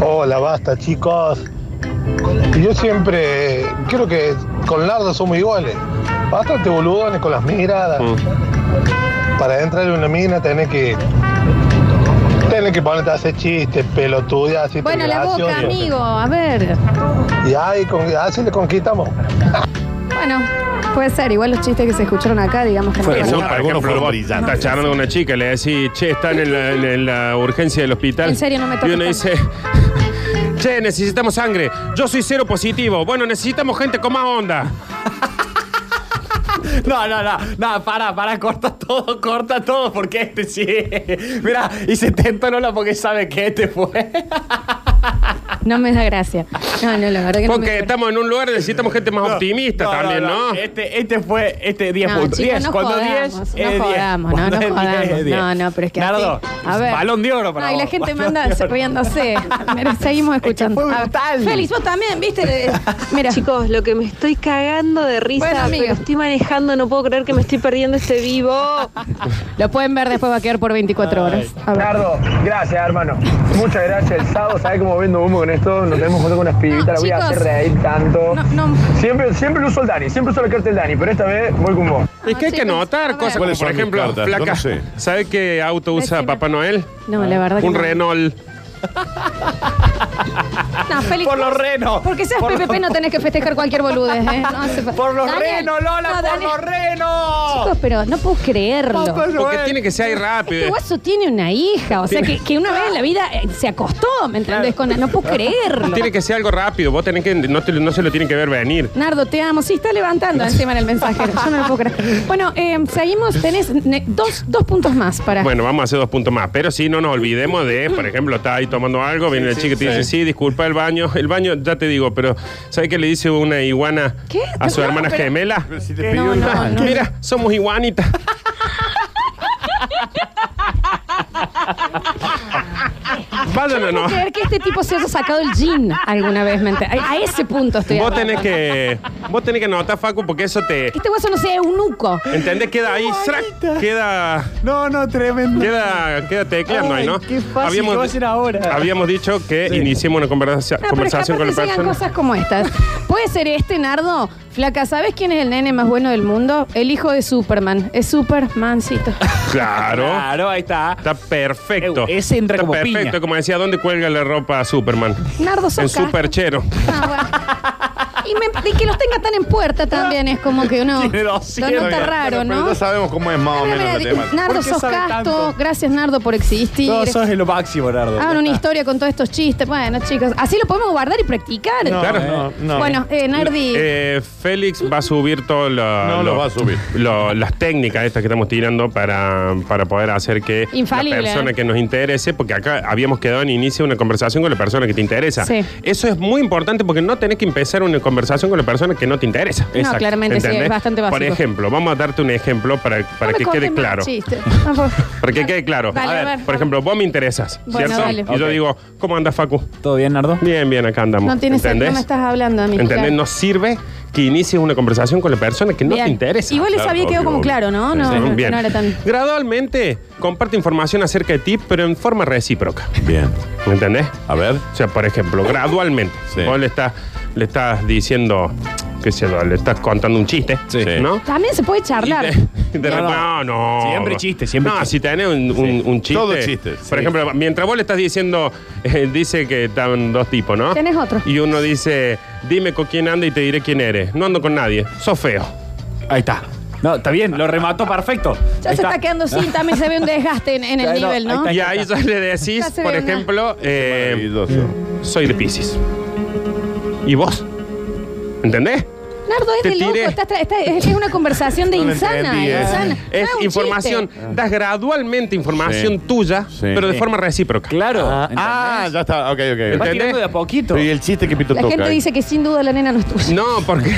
Speaker 7: Hola, basta chicos. Yo siempre creo que con Lardo somos iguales. Bastante boludones con las miradas. Para entrar en una mina tenés que. Tenés que ponerte a hacer chistes, pelotudas, así
Speaker 2: Bueno, la boca, amigo, a ver.
Speaker 7: Y ahí, con, así le conquistamos.
Speaker 2: Bueno, puede ser. Igual los chistes que se escucharon acá, digamos que no
Speaker 5: Fueron
Speaker 2: fueron
Speaker 4: Eso,
Speaker 5: Algunos
Speaker 4: por
Speaker 5: fueron
Speaker 4: ejemplo, vos
Speaker 5: brillantes.
Speaker 4: estás charlando con una chica, le decís, che, están en la, en- en la urgencia del hospital.
Speaker 2: En serio, no me toques
Speaker 4: Y uno
Speaker 2: tanto.
Speaker 4: dice, che, necesitamos sangre. Yo soy cero positivo. Bueno, necesitamos gente con más onda.
Speaker 3: No, no, no, no, para, para, corta todo, corta todo, porque este sí. Mira, y se te entonó porque sabe que este fue.
Speaker 2: No me da gracia. No, no, la verdad que no me da
Speaker 4: Porque
Speaker 2: gracia.
Speaker 4: estamos en un lugar, necesitamos gente más optimista también, ¿no?
Speaker 2: Eh,
Speaker 3: Este, este fue, este 10
Speaker 2: No,
Speaker 3: puntos.
Speaker 2: chicos,
Speaker 3: 10,
Speaker 2: no
Speaker 3: cuando eh,
Speaker 2: jodamos,
Speaker 3: 10,
Speaker 2: no jodamos, no, no jodamos. No, no, pero es que
Speaker 3: Nardo,
Speaker 2: así- a ver.
Speaker 3: balón de oro para
Speaker 2: No, y la
Speaker 3: vos,
Speaker 2: gente
Speaker 3: balón
Speaker 2: manda
Speaker 3: de oro.
Speaker 2: riéndose. Pero seguimos escuchando.
Speaker 3: fue
Speaker 2: A ver.
Speaker 3: brutal.
Speaker 2: Félix, vos también, viste. Mira.
Speaker 8: Chicos, lo que me estoy cagando de risa,
Speaker 2: Bueno, amiga.
Speaker 8: pero estoy manejando, no puedo creer que me estoy perdiendo este vivo.
Speaker 2: Lo pueden ver después, va a quedar por 24 horas. A ver.
Speaker 7: Lardo, gracias, hermano. Muchas gracias. El sábado, ¿sabes cómo vendo humo con esto? Nos tenemos junto con unas pibitas,
Speaker 2: No,
Speaker 7: la voy a
Speaker 2: chicos.
Speaker 7: hacer reír tanto.
Speaker 2: No, no.
Speaker 7: Siempre, siempre lo uso el Dani, siempre uso la carta del Dani, pero esta vez voy con vos.
Speaker 4: Es que hay
Speaker 2: Chicos, Ah, pues,
Speaker 4: que
Speaker 2: a
Speaker 4: anotar
Speaker 2: ver.
Speaker 4: cosas como,
Speaker 5: ¿Cuáles
Speaker 4: por
Speaker 5: son mis
Speaker 4: ejemplo,
Speaker 5: cartas?
Speaker 4: placa.
Speaker 5: Yo no sé.
Speaker 4: ¿Sabe qué auto usa
Speaker 2: Decime.
Speaker 4: Papá Noel?
Speaker 2: No, la verdad
Speaker 4: Un
Speaker 2: que no.
Speaker 4: Renault.
Speaker 2: No, Félix.
Speaker 3: Por los renos.
Speaker 2: Porque seas
Speaker 3: Por los-
Speaker 2: PPP no tenés que festejar cualquier boludez, ¿eh? No hace fa-
Speaker 3: Por los
Speaker 2: Daniel,
Speaker 3: renos, Lola,
Speaker 2: no,
Speaker 3: por
Speaker 2: Daniel.
Speaker 3: los renos.
Speaker 2: Chicos, pero no puedo creerlo.
Speaker 3: Papá Noel.
Speaker 4: Porque tiene que ser ahí
Speaker 2: Este
Speaker 4: rápido.
Speaker 2: guaso tiene una hija, o sea que, que una vez en la vida eh, se acostó, ¿me entendés? Con, no puedo creerlo.
Speaker 4: Tiene que ser algo rápido. Vos tenés que. No, te- no se lo tienen que ver venir.
Speaker 2: Nardo, te amo. Sí, está levantando encima en el mensajero. Yo no lo puedo creer. Bueno, eh, seguimos. Tenés ne- dos, dos puntos más para.
Speaker 4: Bueno, vamos a hacer dos puntos más. Pero sí, no nos olvidemos de, por ejemplo, está ahí tomando algo, viene la chica y te dice, sí, disculpa el baño. El baño, ya te digo, pero ¿sabes qué le dice una iguana
Speaker 2: ¿Qué?
Speaker 4: a su
Speaker 2: No,
Speaker 4: hermana
Speaker 2: pero-
Speaker 4: gemela?
Speaker 5: Si
Speaker 3: ¿Qué?
Speaker 5: te
Speaker 2: Eh, No,
Speaker 5: pidió el
Speaker 2: no,
Speaker 5: baño.
Speaker 2: no.
Speaker 4: Mira, somos iguanitas. Vayan o
Speaker 2: No
Speaker 4: no.
Speaker 2: puedo creer que este tipo se haya sacado el jean alguna vez, ¿me entendés? A, a ese punto estoy.
Speaker 4: Vos
Speaker 2: hablando.
Speaker 4: tenés que. Vos tenés que anotar, Facu, porque eso te.
Speaker 2: Este guaso no sea eunuco.
Speaker 4: ¿Entendés? Queda ahí, ¡zrac! queda.
Speaker 3: No, no, tremendo.
Speaker 4: Queda, queda tecleando
Speaker 3: Ay,
Speaker 4: ahí, ¿no?
Speaker 3: qué fácil que va a ser ahora.
Speaker 4: Habíamos dicho que iniciemos una conversa-
Speaker 2: No, Ah, pero es que
Speaker 4: conversación con
Speaker 2: aparte
Speaker 4: la
Speaker 2: llegan
Speaker 4: persona.
Speaker 2: cosas como estas. Puede ser este, Nardo. Flaca, ¿sabes quién es el nene más bueno del mundo? El hijo de Superman. Es Supermancito.
Speaker 4: Claro.
Speaker 3: Claro, ahí está.
Speaker 4: Está perfecto.
Speaker 3: Eu, ese entra
Speaker 4: Está
Speaker 3: como piña.
Speaker 4: perfecto, como decía, ¿dónde cuelga la ropa a Superman?
Speaker 2: Nardo Soca.
Speaker 4: En Superchero.
Speaker 2: Ah, bueno. Y, me- y que los tenga tan en puerta también es como que uno.
Speaker 3: Tiene
Speaker 2: Lo
Speaker 3: 200.
Speaker 2: nota
Speaker 5: Bueno,
Speaker 2: raro,
Speaker 5: pero
Speaker 2: ¿no?
Speaker 5: Ya sabemos cómo es más o menos el tema.
Speaker 2: Nardo,
Speaker 3: ¿Por qué
Speaker 2: sos
Speaker 3: sabe
Speaker 2: casto.
Speaker 3: tanto?
Speaker 2: Gracias, Nardo, por existir.
Speaker 3: No, sos lo máximo, Nardo.
Speaker 2: Hagan una historia con todos estos chistes. Bueno, chicos, así lo podemos guardar y practicar.
Speaker 5: No,
Speaker 4: Claro.
Speaker 5: no, no.
Speaker 2: Bueno, eh, Nardi.
Speaker 4: Eh, Félix va a subir todo lo-
Speaker 5: No Ah, lo va a subir.
Speaker 4: lo- las técnicas estas que estamos tirando para, para poder hacer que
Speaker 2: Infalible,
Speaker 4: la persona
Speaker 2: ¿eh?
Speaker 4: que nos interese, porque acá habíamos quedado en inicio una conversación con la persona que te interesa.
Speaker 2: Sí.
Speaker 4: Eso es muy importante porque no tenés que empezar una conversación con la persona que no te interesa.
Speaker 2: Exacto. claramente, sí,
Speaker 4: ¿Entendés?
Speaker 2: es bastante
Speaker 4: Por
Speaker 2: básico.
Speaker 4: ejemplo, vamos a darte un ejemplo para, para
Speaker 2: No me
Speaker 4: que
Speaker 2: cortes
Speaker 4: quede
Speaker 2: más
Speaker 4: claro.
Speaker 2: chistes. No, por-
Speaker 4: Para que quede claro.
Speaker 2: Dale,
Speaker 4: A ver,
Speaker 2: a ver.
Speaker 4: por ejemplo, vos me interesas,
Speaker 2: Bueno,
Speaker 4: ¿cierto?
Speaker 2: dale.
Speaker 4: Y yo digo, ¿cómo andas, Facu?
Speaker 3: ¿Todo bien, Nardo?
Speaker 4: Bien, bien, acá andamos.
Speaker 2: No tienes
Speaker 4: ¿Entendés?
Speaker 2: no me estás hablando a mí.
Speaker 4: ¿Entendés?
Speaker 2: claro.
Speaker 4: No sirve que inicies una conversación con la persona que no
Speaker 2: Bien.
Speaker 4: te interesa.
Speaker 2: Igual
Speaker 5: Claro,
Speaker 2: esa había quedado
Speaker 5: obvio,
Speaker 2: como
Speaker 5: obvio.
Speaker 2: claro, ¿no? Oh, No,
Speaker 4: Sí,
Speaker 2: no,
Speaker 4: bien.
Speaker 2: no era tan.
Speaker 4: Gradualmente comparte información acerca de ti, pero en forma recíproca.
Speaker 5: Bien.
Speaker 4: ¿Me entendés?
Speaker 5: A ver.
Speaker 4: O sea, por ejemplo, gradualmente.
Speaker 5: Sí.
Speaker 4: Vos le estás, le estás diciendo, qué sé yo, le estás contando un chiste,
Speaker 5: Sí.
Speaker 4: ¿no?
Speaker 2: También se puede charlar.
Speaker 4: Y de- de
Speaker 3: No,
Speaker 4: repente-
Speaker 3: no.
Speaker 4: no, no.
Speaker 3: Siempre chiste, siempre
Speaker 4: No,
Speaker 3: chiste.
Speaker 4: si tenés un, un- un chiste.
Speaker 5: Todo chiste,
Speaker 4: Por
Speaker 5: sí.
Speaker 4: ejemplo, mientras vos le estás diciendo, eh, dice que están dos tipos, ¿no?
Speaker 2: Tenés otro.
Speaker 4: Y uno dice, dime con quién anda y te diré quién eres. No ando con nadie, sos feo.
Speaker 3: Ahí está. No, está bien, lo remató perfecto.
Speaker 2: Ya se está quedando sin, también se ve un desgaste en, en el
Speaker 3: Claro,
Speaker 2: nivel, ¿no?
Speaker 3: ahí
Speaker 4: Y
Speaker 3: está.
Speaker 4: ahí ya le decís,
Speaker 2: Ya se
Speaker 4: por
Speaker 2: ve una-
Speaker 4: ejemplo, eh,
Speaker 5: Maravilloso.
Speaker 4: soy de Pisces. ¿Y vos? ¿Entendés?
Speaker 2: Nardo es
Speaker 4: Te
Speaker 2: de loco,
Speaker 4: tiré.
Speaker 2: estás tra- está- es, es una conversación de
Speaker 5: No lo
Speaker 2: insana,
Speaker 5: entendí, ¿eh?
Speaker 2: insana. No
Speaker 4: Es
Speaker 2: un
Speaker 4: información,
Speaker 2: chiste.
Speaker 4: das gradualmente información
Speaker 5: Sí.
Speaker 4: tuya,
Speaker 5: Sí.
Speaker 4: pero de
Speaker 5: Sí.
Speaker 4: forma recíproca.
Speaker 3: Claro.
Speaker 5: Ah, ya está. Ok, ok.
Speaker 3: va
Speaker 4: ¿Entendés?
Speaker 3: tirando de a poquito.
Speaker 5: Y el chiste que Pito
Speaker 2: La
Speaker 5: toca. eh.
Speaker 2: gente dice que sin duda la nena no es tuya.
Speaker 4: No, porque,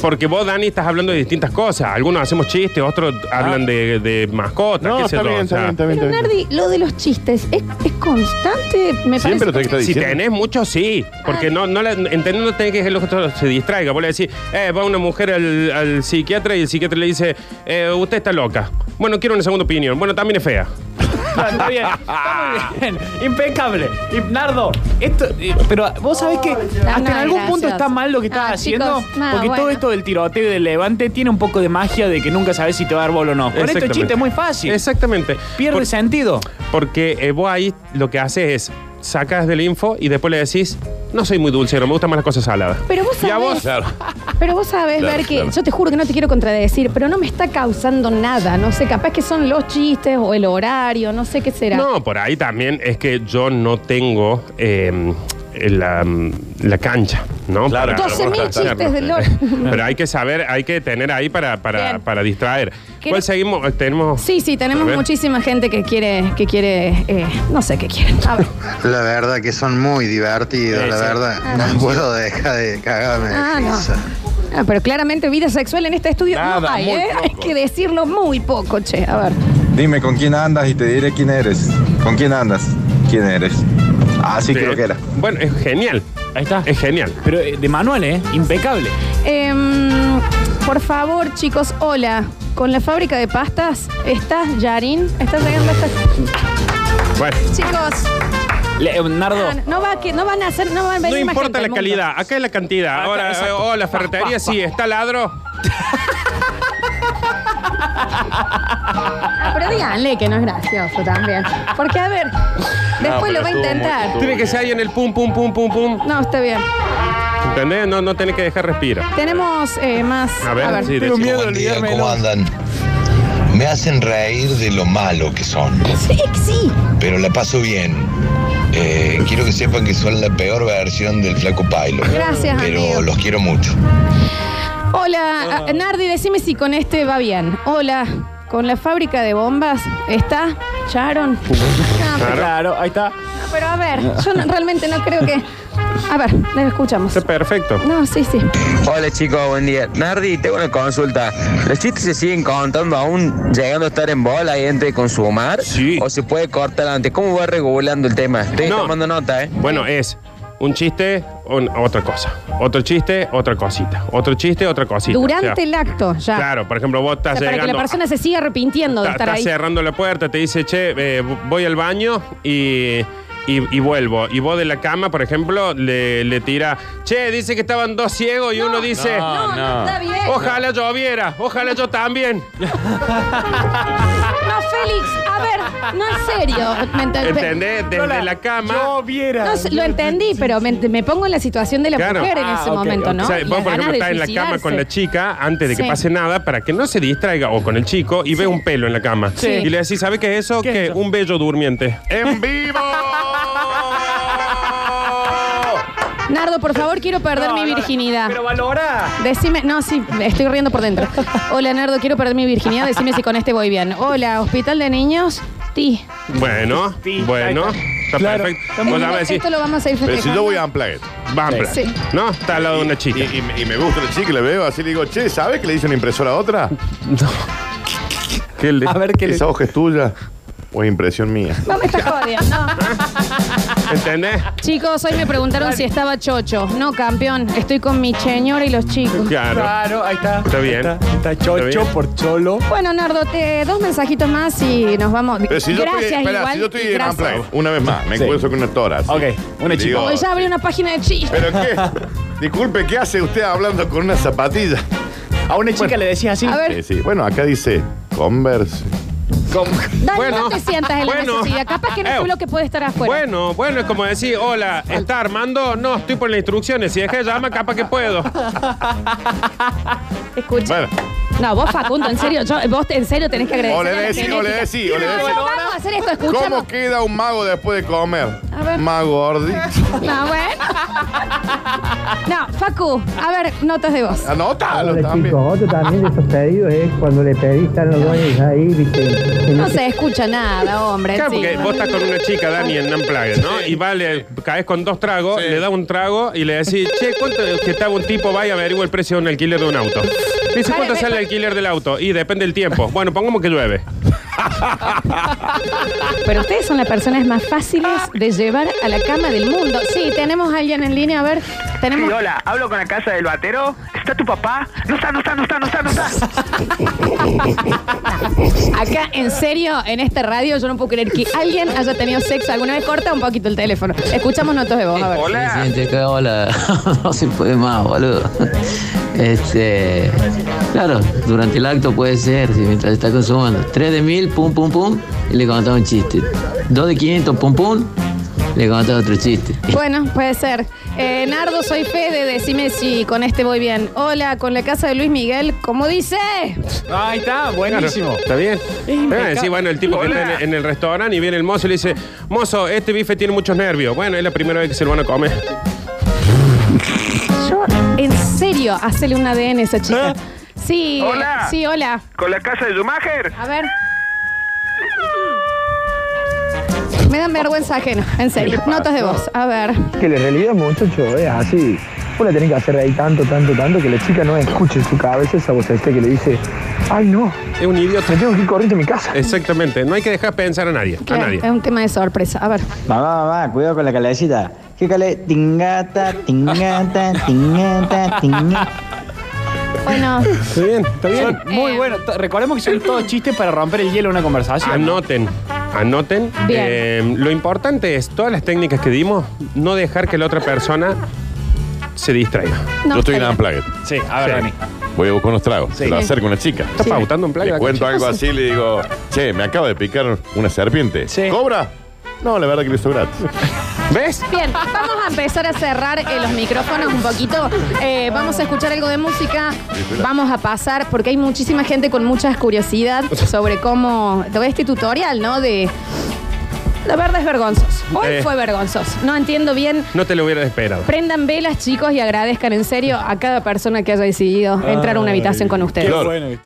Speaker 4: porque vos, Dani, estás hablando de distintas cosas. Algunos hacemos chistes, otros hablan de, de mascotas.
Speaker 5: Ah. No,
Speaker 4: qué sé
Speaker 5: está
Speaker 4: yo,
Speaker 5: bien,
Speaker 4: o sea,
Speaker 5: está bien, está
Speaker 2: Pero
Speaker 5: bien. está bien.
Speaker 2: Nardi, lo de los chistes es, es constante, me
Speaker 5: Siempre
Speaker 2: parece.
Speaker 5: lo tenés que estar
Speaker 4: Si
Speaker 5: diciendo.
Speaker 4: tenés muchos, sí. Porque no, no la, entendiendo tenés que el otro se distraiga. Vos le decís, eh, va una mujer al, al psiquiatra y el psiquiatra le dice, eh, usted está loca. Bueno, quiero una segunda opinión. Bueno, también es fea.
Speaker 3: está bien. Está muy bien. Impecable. Y, Nardo, esto. eh, Pero vos sabés que hasta en
Speaker 2: no,
Speaker 3: algún
Speaker 2: gracias.
Speaker 3: punto está mal lo que estás
Speaker 2: Ah,
Speaker 3: haciendo.
Speaker 2: chicos, no,
Speaker 3: porque
Speaker 2: bueno.
Speaker 3: todo esto del tiroteo y del levante tiene un poco de magia de que nunca sabés si te va a dar bola o no. Con esto el
Speaker 4: Exactamente.
Speaker 3: chiste es muy fácil.
Speaker 4: Exactamente.
Speaker 3: Pierde
Speaker 4: Por-
Speaker 3: sentido.
Speaker 4: porque eh, vos ahí lo que haces es sacas del info y después le decís, no soy muy dulcero, me gustan más las cosas saladas.
Speaker 2: Pero vos
Speaker 4: Y a
Speaker 2: sabés-
Speaker 4: vos,
Speaker 5: Claro.
Speaker 2: Pero vos sabés,
Speaker 5: Claro,
Speaker 2: ver que
Speaker 5: claro.
Speaker 2: yo te juro que no te quiero contradecir, pero no me está causando nada. No sé, capaz que son los chistes o el horario, no sé qué será.
Speaker 4: No, por ahí también es que yo no tengo eh, la, em, la cancha, ¿no?
Speaker 5: Claro,
Speaker 4: Para-
Speaker 2: 12.000
Speaker 4: para-
Speaker 2: chistes de LOL.
Speaker 4: Pero hay que saber, hay que tener ahí para, para,
Speaker 2: Bien.
Speaker 4: para distraer.
Speaker 2: ¿Querés-
Speaker 4: ¿Cuál seguimos? eh, Tenemos.
Speaker 2: Sí, sí,
Speaker 4: A
Speaker 2: tenemos
Speaker 4: ver.
Speaker 2: muchísima gente que quiere, que quiere, eh, no sé qué quieren. A ver.
Speaker 9: La verdad que son muy divertidos, la
Speaker 4: Sí, sí.
Speaker 9: verdad. No puedo dejar de cagarme de
Speaker 2: Ah,
Speaker 9: risa.
Speaker 2: no. Ah, pero claramente vida sexual en este estudio no
Speaker 5: Nada,
Speaker 2: hay,
Speaker 5: muy
Speaker 2: ¿eh?
Speaker 5: poco.
Speaker 2: Hay que decirlo muy poco, che. A ver.
Speaker 10: Dime con quién andas y te diré quién eres. ¿Con quién andas? ¿Quién eres? Así
Speaker 4: Te-
Speaker 10: creo que era.
Speaker 4: Bueno, es genial.
Speaker 3: Ahí está.
Speaker 4: Es genial.
Speaker 3: Pero eh, de manual, ¿eh? Impecable.
Speaker 2: Em, por favor, chicos, hola. Con la fábrica de pastas, ¿estás, Yarin? ¿Estás llegando hasta...?
Speaker 4: Bueno,
Speaker 2: Chicos,
Speaker 3: Le- eh, Nardo.
Speaker 2: no, no va a que, no van a hacer, no van a venir
Speaker 4: no
Speaker 2: más gente
Speaker 4: importa
Speaker 2: al
Speaker 4: la
Speaker 2: mundo.
Speaker 4: calidad, acá es la cantidad.
Speaker 3: Acá,
Speaker 4: Ahora,
Speaker 3: exacto.
Speaker 4: oh, la ferretería sí, está ladro.
Speaker 2: Ah, pero díganle que no es gracioso también. Porque, a ver, después lo va a
Speaker 5: estuvo muy-
Speaker 2: intentar.
Speaker 5: estuvo-
Speaker 4: Tiene que ser ahí en el pum, pum, pum, pum, pum.
Speaker 2: No, está bien.
Speaker 4: ¿Entendés? No, no tenés que dejar respirar.
Speaker 2: Tenemos eh, más.
Speaker 4: A ver, sí,
Speaker 3: Tengo
Speaker 4: decimos.
Speaker 3: miedo de
Speaker 9: Buen día,
Speaker 3: olvidarme. de
Speaker 9: ¿cómo
Speaker 3: los-
Speaker 9: andan? Me hacen reír de lo malo que son,
Speaker 2: Sí, sí.
Speaker 9: pero la paso bien. Eh, quiero que sepan que son la peor versión del Flaco Pailo.
Speaker 2: Gracias,
Speaker 9: Pero
Speaker 2: amigo.
Speaker 9: los quiero mucho.
Speaker 4: Ah.
Speaker 2: Hola, a- Nardi, decime si con este va bien. Hola, con la fábrica de bombas, ¿está Sharon? No, pero-
Speaker 3: Claro, ahí está.
Speaker 2: no, pero a ver, yo no- realmente no creo que... A ver, les escuchamos.
Speaker 4: Está perfecto.
Speaker 2: No, sí, sí.
Speaker 11: Hola chicos, buen día. Nardi, tengo una consulta. ¿Los chistes se siguen contando aún llegando a estar en bola y entre de consumar?
Speaker 4: Sí.
Speaker 11: ¿O se puede cortar antes? ¿Cómo va regulando el tema? Estoy
Speaker 4: No.
Speaker 11: tomando nota, ¿eh?
Speaker 4: Bueno, es un chiste, un- otra cosa. Otro chiste, otra cosita. Otro chiste, otra cosita.
Speaker 2: Durante
Speaker 4: O sea,
Speaker 2: el acto, ya.
Speaker 4: Claro, por ejemplo, vos
Speaker 2: O
Speaker 4: estás
Speaker 2: sea, para que
Speaker 4: llegando.
Speaker 2: la persona se siga arrepintiendo de
Speaker 4: Está-
Speaker 2: estar
Speaker 4: estás
Speaker 2: ahí.
Speaker 4: cerrando la puerta, te dice, che, eh, voy al baño y, y- y vuelvo. Y vos de la cama, por ejemplo, le, le tira, che, dice que estaban dos ciegos y uno dice,
Speaker 2: No, no,
Speaker 3: No.
Speaker 2: está bien.
Speaker 4: ojalá yo viera, ojalá yo también.
Speaker 2: No, Félix, a ver, no en serio. ¿me enten-
Speaker 4: ¿Entendés? Desde
Speaker 3: Lola,
Speaker 4: la cama.
Speaker 3: Yo viera.
Speaker 2: Ah, No, lo entendí, pero me, me pongo en la situación de la
Speaker 4: Claro.
Speaker 2: mujer en
Speaker 3: Ah,
Speaker 2: ese
Speaker 3: ok,
Speaker 2: momento,
Speaker 3: ok.
Speaker 2: ¿no?
Speaker 4: O sea,
Speaker 2: Y
Speaker 4: vos,
Speaker 2: las
Speaker 4: por ejemplo,
Speaker 2: ganas de
Speaker 4: estás en la cama con la
Speaker 2: suicidarse.
Speaker 4: chica antes de que
Speaker 2: Sí.
Speaker 4: pase nada para que no se distraiga o con el chico y ve un pelo en la cama.
Speaker 2: Sí.
Speaker 4: Y le decís, ¿sabe qué es eso?
Speaker 3: ¿Qué es
Speaker 4: Que
Speaker 3: eso?
Speaker 4: un bello durmiente.
Speaker 5: ¡En vivo!
Speaker 2: Nardo, por favor, quiero perder
Speaker 3: No,
Speaker 2: mi
Speaker 3: no,
Speaker 2: virginidad.
Speaker 3: Pero valora.
Speaker 2: Decime, no, sí, me estoy riendo por dentro. Hola, Nardo, quiero perder mi virginidad. Decime si con este voy bien. Hola, Hospital de Niños. Ti.
Speaker 4: Bueno,
Speaker 3: Sí,
Speaker 4: bueno.
Speaker 3: ahí está.
Speaker 4: Está
Speaker 3: Claro.
Speaker 4: perfecto. Vos ya vas a decir,
Speaker 2: Esto lo vamos a ir
Speaker 5: Pero
Speaker 2: festejando.
Speaker 5: si yo voy a Unplugged.
Speaker 4: Bambla.
Speaker 2: Sí.
Speaker 4: ¿No? Está al lado de una chica.
Speaker 5: Y, y- y me gusta el chico, le veo así, le digo, che, ¿sabes que le hice una impresora a otra?
Speaker 4: ¿Qué le-
Speaker 3: A ver qué le.
Speaker 5: ¿Esa hoja es tuya? ¿O es impresión mía?
Speaker 2: No me estás jodiendo. no. ah.
Speaker 4: ¿Entendés?
Speaker 2: Chicos, hoy me preguntaron si estaba chocho. No, campeón, estoy con mi señora y los chicos. Ah,
Speaker 4: Claro.
Speaker 3: Claro, ahí está.
Speaker 4: Está bien.
Speaker 3: Ahí Está, Está chocho
Speaker 4: Está bien.
Speaker 3: por cholo.
Speaker 2: Bueno, Nardo, te, dos mensajitos más y nos vamos.
Speaker 5: Pero si yo
Speaker 2: gracias,
Speaker 5: estoy, espera,
Speaker 2: igual.
Speaker 5: si yo estoy
Speaker 2: y
Speaker 5: en
Speaker 2: gracias.
Speaker 5: Unplugged, una vez más, me
Speaker 3: Sí.
Speaker 5: encuentro con una tora. así.
Speaker 3: Ok, una
Speaker 5: Le
Speaker 3: chica.
Speaker 5: digo,
Speaker 2: Hoy ya abrí una página de chistes.
Speaker 5: ¿Pero qué? Disculpe, ¿qué hace usted hablando con una zapatilla?
Speaker 3: A una chica le decías así.
Speaker 2: A ver,
Speaker 5: Eh, sí. Bueno, acá dice Converse.
Speaker 2: Dani, no
Speaker 4: Bueno.
Speaker 2: te sientas en
Speaker 4: Bueno.
Speaker 2: la necesidad. Capaz que no
Speaker 4: Eu.
Speaker 2: es lo que puede estar afuera.
Speaker 4: Bueno, bueno, es como decir, hola, ¿está Armando? No, estoy por las instrucciones. Si es que llama, capaz que puedo.
Speaker 2: Escucha.
Speaker 5: Bueno,
Speaker 2: No, vos, Facundo, en serio, yo- vos en serio tenés que agradecer.
Speaker 5: o le
Speaker 2: a la
Speaker 5: decí, o le
Speaker 2: genética.
Speaker 5: decí, o le
Speaker 2: No,
Speaker 5: decí.
Speaker 2: no, vamos a hacer esto, escuchamos.
Speaker 5: ¿Cómo queda un mago después de comer?
Speaker 2: A ver.
Speaker 5: Mago gordito.
Speaker 2: No, bueno. No, Facu, a ver, notas de voz.
Speaker 5: Anótalo también.
Speaker 11: otro también de esos pedidos es cuando le pedís, están los dueños ahí, viste.
Speaker 2: No se escucha nada, hombre.
Speaker 4: Claro,
Speaker 2: sí.
Speaker 4: porque vos estás con una chica, Dani, en Unplugged, ¿no? Y va, le caes con dos tragos, le da un trago y le decís, che, ¿cuánto es que está un tipo? Vaya, averigua el precio de un alquiler de un auto. Dice,
Speaker 2: Vale,
Speaker 4: ¿cuánto
Speaker 2: ve-
Speaker 4: sale el alquiler del auto? Y depende del tiempo. Bueno, pongamos que llueve.
Speaker 2: Pero ustedes son las personas más fáciles de llevar a la cama del mundo. Sí, tenemos a alguien en línea, a ver. Tenemos-
Speaker 12: Sí, hola, hablo con la casa del batero. ¿Está tu papá? No está, no está, no está, no está, no está.
Speaker 2: Acá, en serio, en este radio, yo no puedo creer que alguien haya tenido sexo alguna vez. Corta un poquito el teléfono. Escuchamos notas de voz, a ver.
Speaker 13: Presidente, acá, hola. no se puede más, boludo. Este. Claro, durante el acto puede ser, si mientras está consumando. 3 de 1000, pum, pum, pum, y le contaba un chiste. 2 de 500, pum, pum, le contaba otro chiste.
Speaker 2: Bueno, puede ser. Eh, Nardo, soy Fede, decime si con este voy bien. Hola, con la casa de Luis Miguel, ¿cómo dice?
Speaker 3: Ah, Ahí está, buenísimo.
Speaker 4: Está bien.
Speaker 3: impecable.
Speaker 4: Ah, sí, bueno, el tipo que está en el- en el restaurante y viene el mozo y le dice, mozo, este bife tiene muchos nervios. Bueno, es la primera vez que se lo van a comer.
Speaker 2: Yo, en serio, hacele un ADN a esa chica. Sí,
Speaker 12: ¿Eh? Hola.
Speaker 2: sí, hola.
Speaker 12: ¿Con la casa de Schumacher?
Speaker 2: A ver. Me dan vergüenza ajena, en serio. Notas de voz, a ver.
Speaker 14: Que la realidad, muchacho, es eh, así. Vos la tenés que hacer ahí tanto, tanto, tanto que la chica no escuche en su cabeza esa voz este que le dice, ay no.
Speaker 4: Es un idiota.
Speaker 14: tengo que ir corriendo a mi casa.
Speaker 4: Exactamente, no hay que dejar pensar a nadie. A
Speaker 2: Claro,
Speaker 4: nadie.
Speaker 2: es un tema de sorpresa, a ver.
Speaker 15: Mamá, mamá, cuidado con la calecita. ¿Qué cale? Tingata, tingata, tingata, tingata.
Speaker 2: Bueno.
Speaker 4: Está bien, está
Speaker 3: bien. muy bueno. T- Recordemos que son todos chistes para romper el hielo en una
Speaker 4: Ah,
Speaker 3: conversación.
Speaker 4: Anoten, anoten.
Speaker 3: Bien.
Speaker 4: Eh, lo importante es, todas las técnicas que dimos, no dejar que la otra persona se distraiga.
Speaker 5: No, Yo estoy en está bien. Unplugged.
Speaker 4: Sí, a ver, Dani.
Speaker 5: Voy a buscar unos tragos.
Speaker 4: Sí.
Speaker 5: Se lo acerco a una chica.
Speaker 4: Está Sí. pautando en plaga
Speaker 5: Le
Speaker 4: la
Speaker 5: cuento
Speaker 4: chica.
Speaker 5: algo así y le digo, che, me acaba de picar una serpiente. ¿Cobra? No, la verdad que lo hizo gratis.
Speaker 4: ¿Ves?
Speaker 2: Bien, vamos a empezar a cerrar eh, los micrófonos un poquito. Eh, vamos a escuchar algo de música. Vamos a pasar, porque hay muchísima gente con mucha curiosidad sobre cómo. Todo este tutorial, ¿no? De. La verdad es vergonzoso. Hoy
Speaker 4: Eh.
Speaker 2: fue vergonzoso. No entiendo bien.
Speaker 4: No te lo hubieras esperado.
Speaker 2: Prendan velas, chicos, y agradezcan en serio a cada persona que haya decidido entrar a una habitación con ustedes.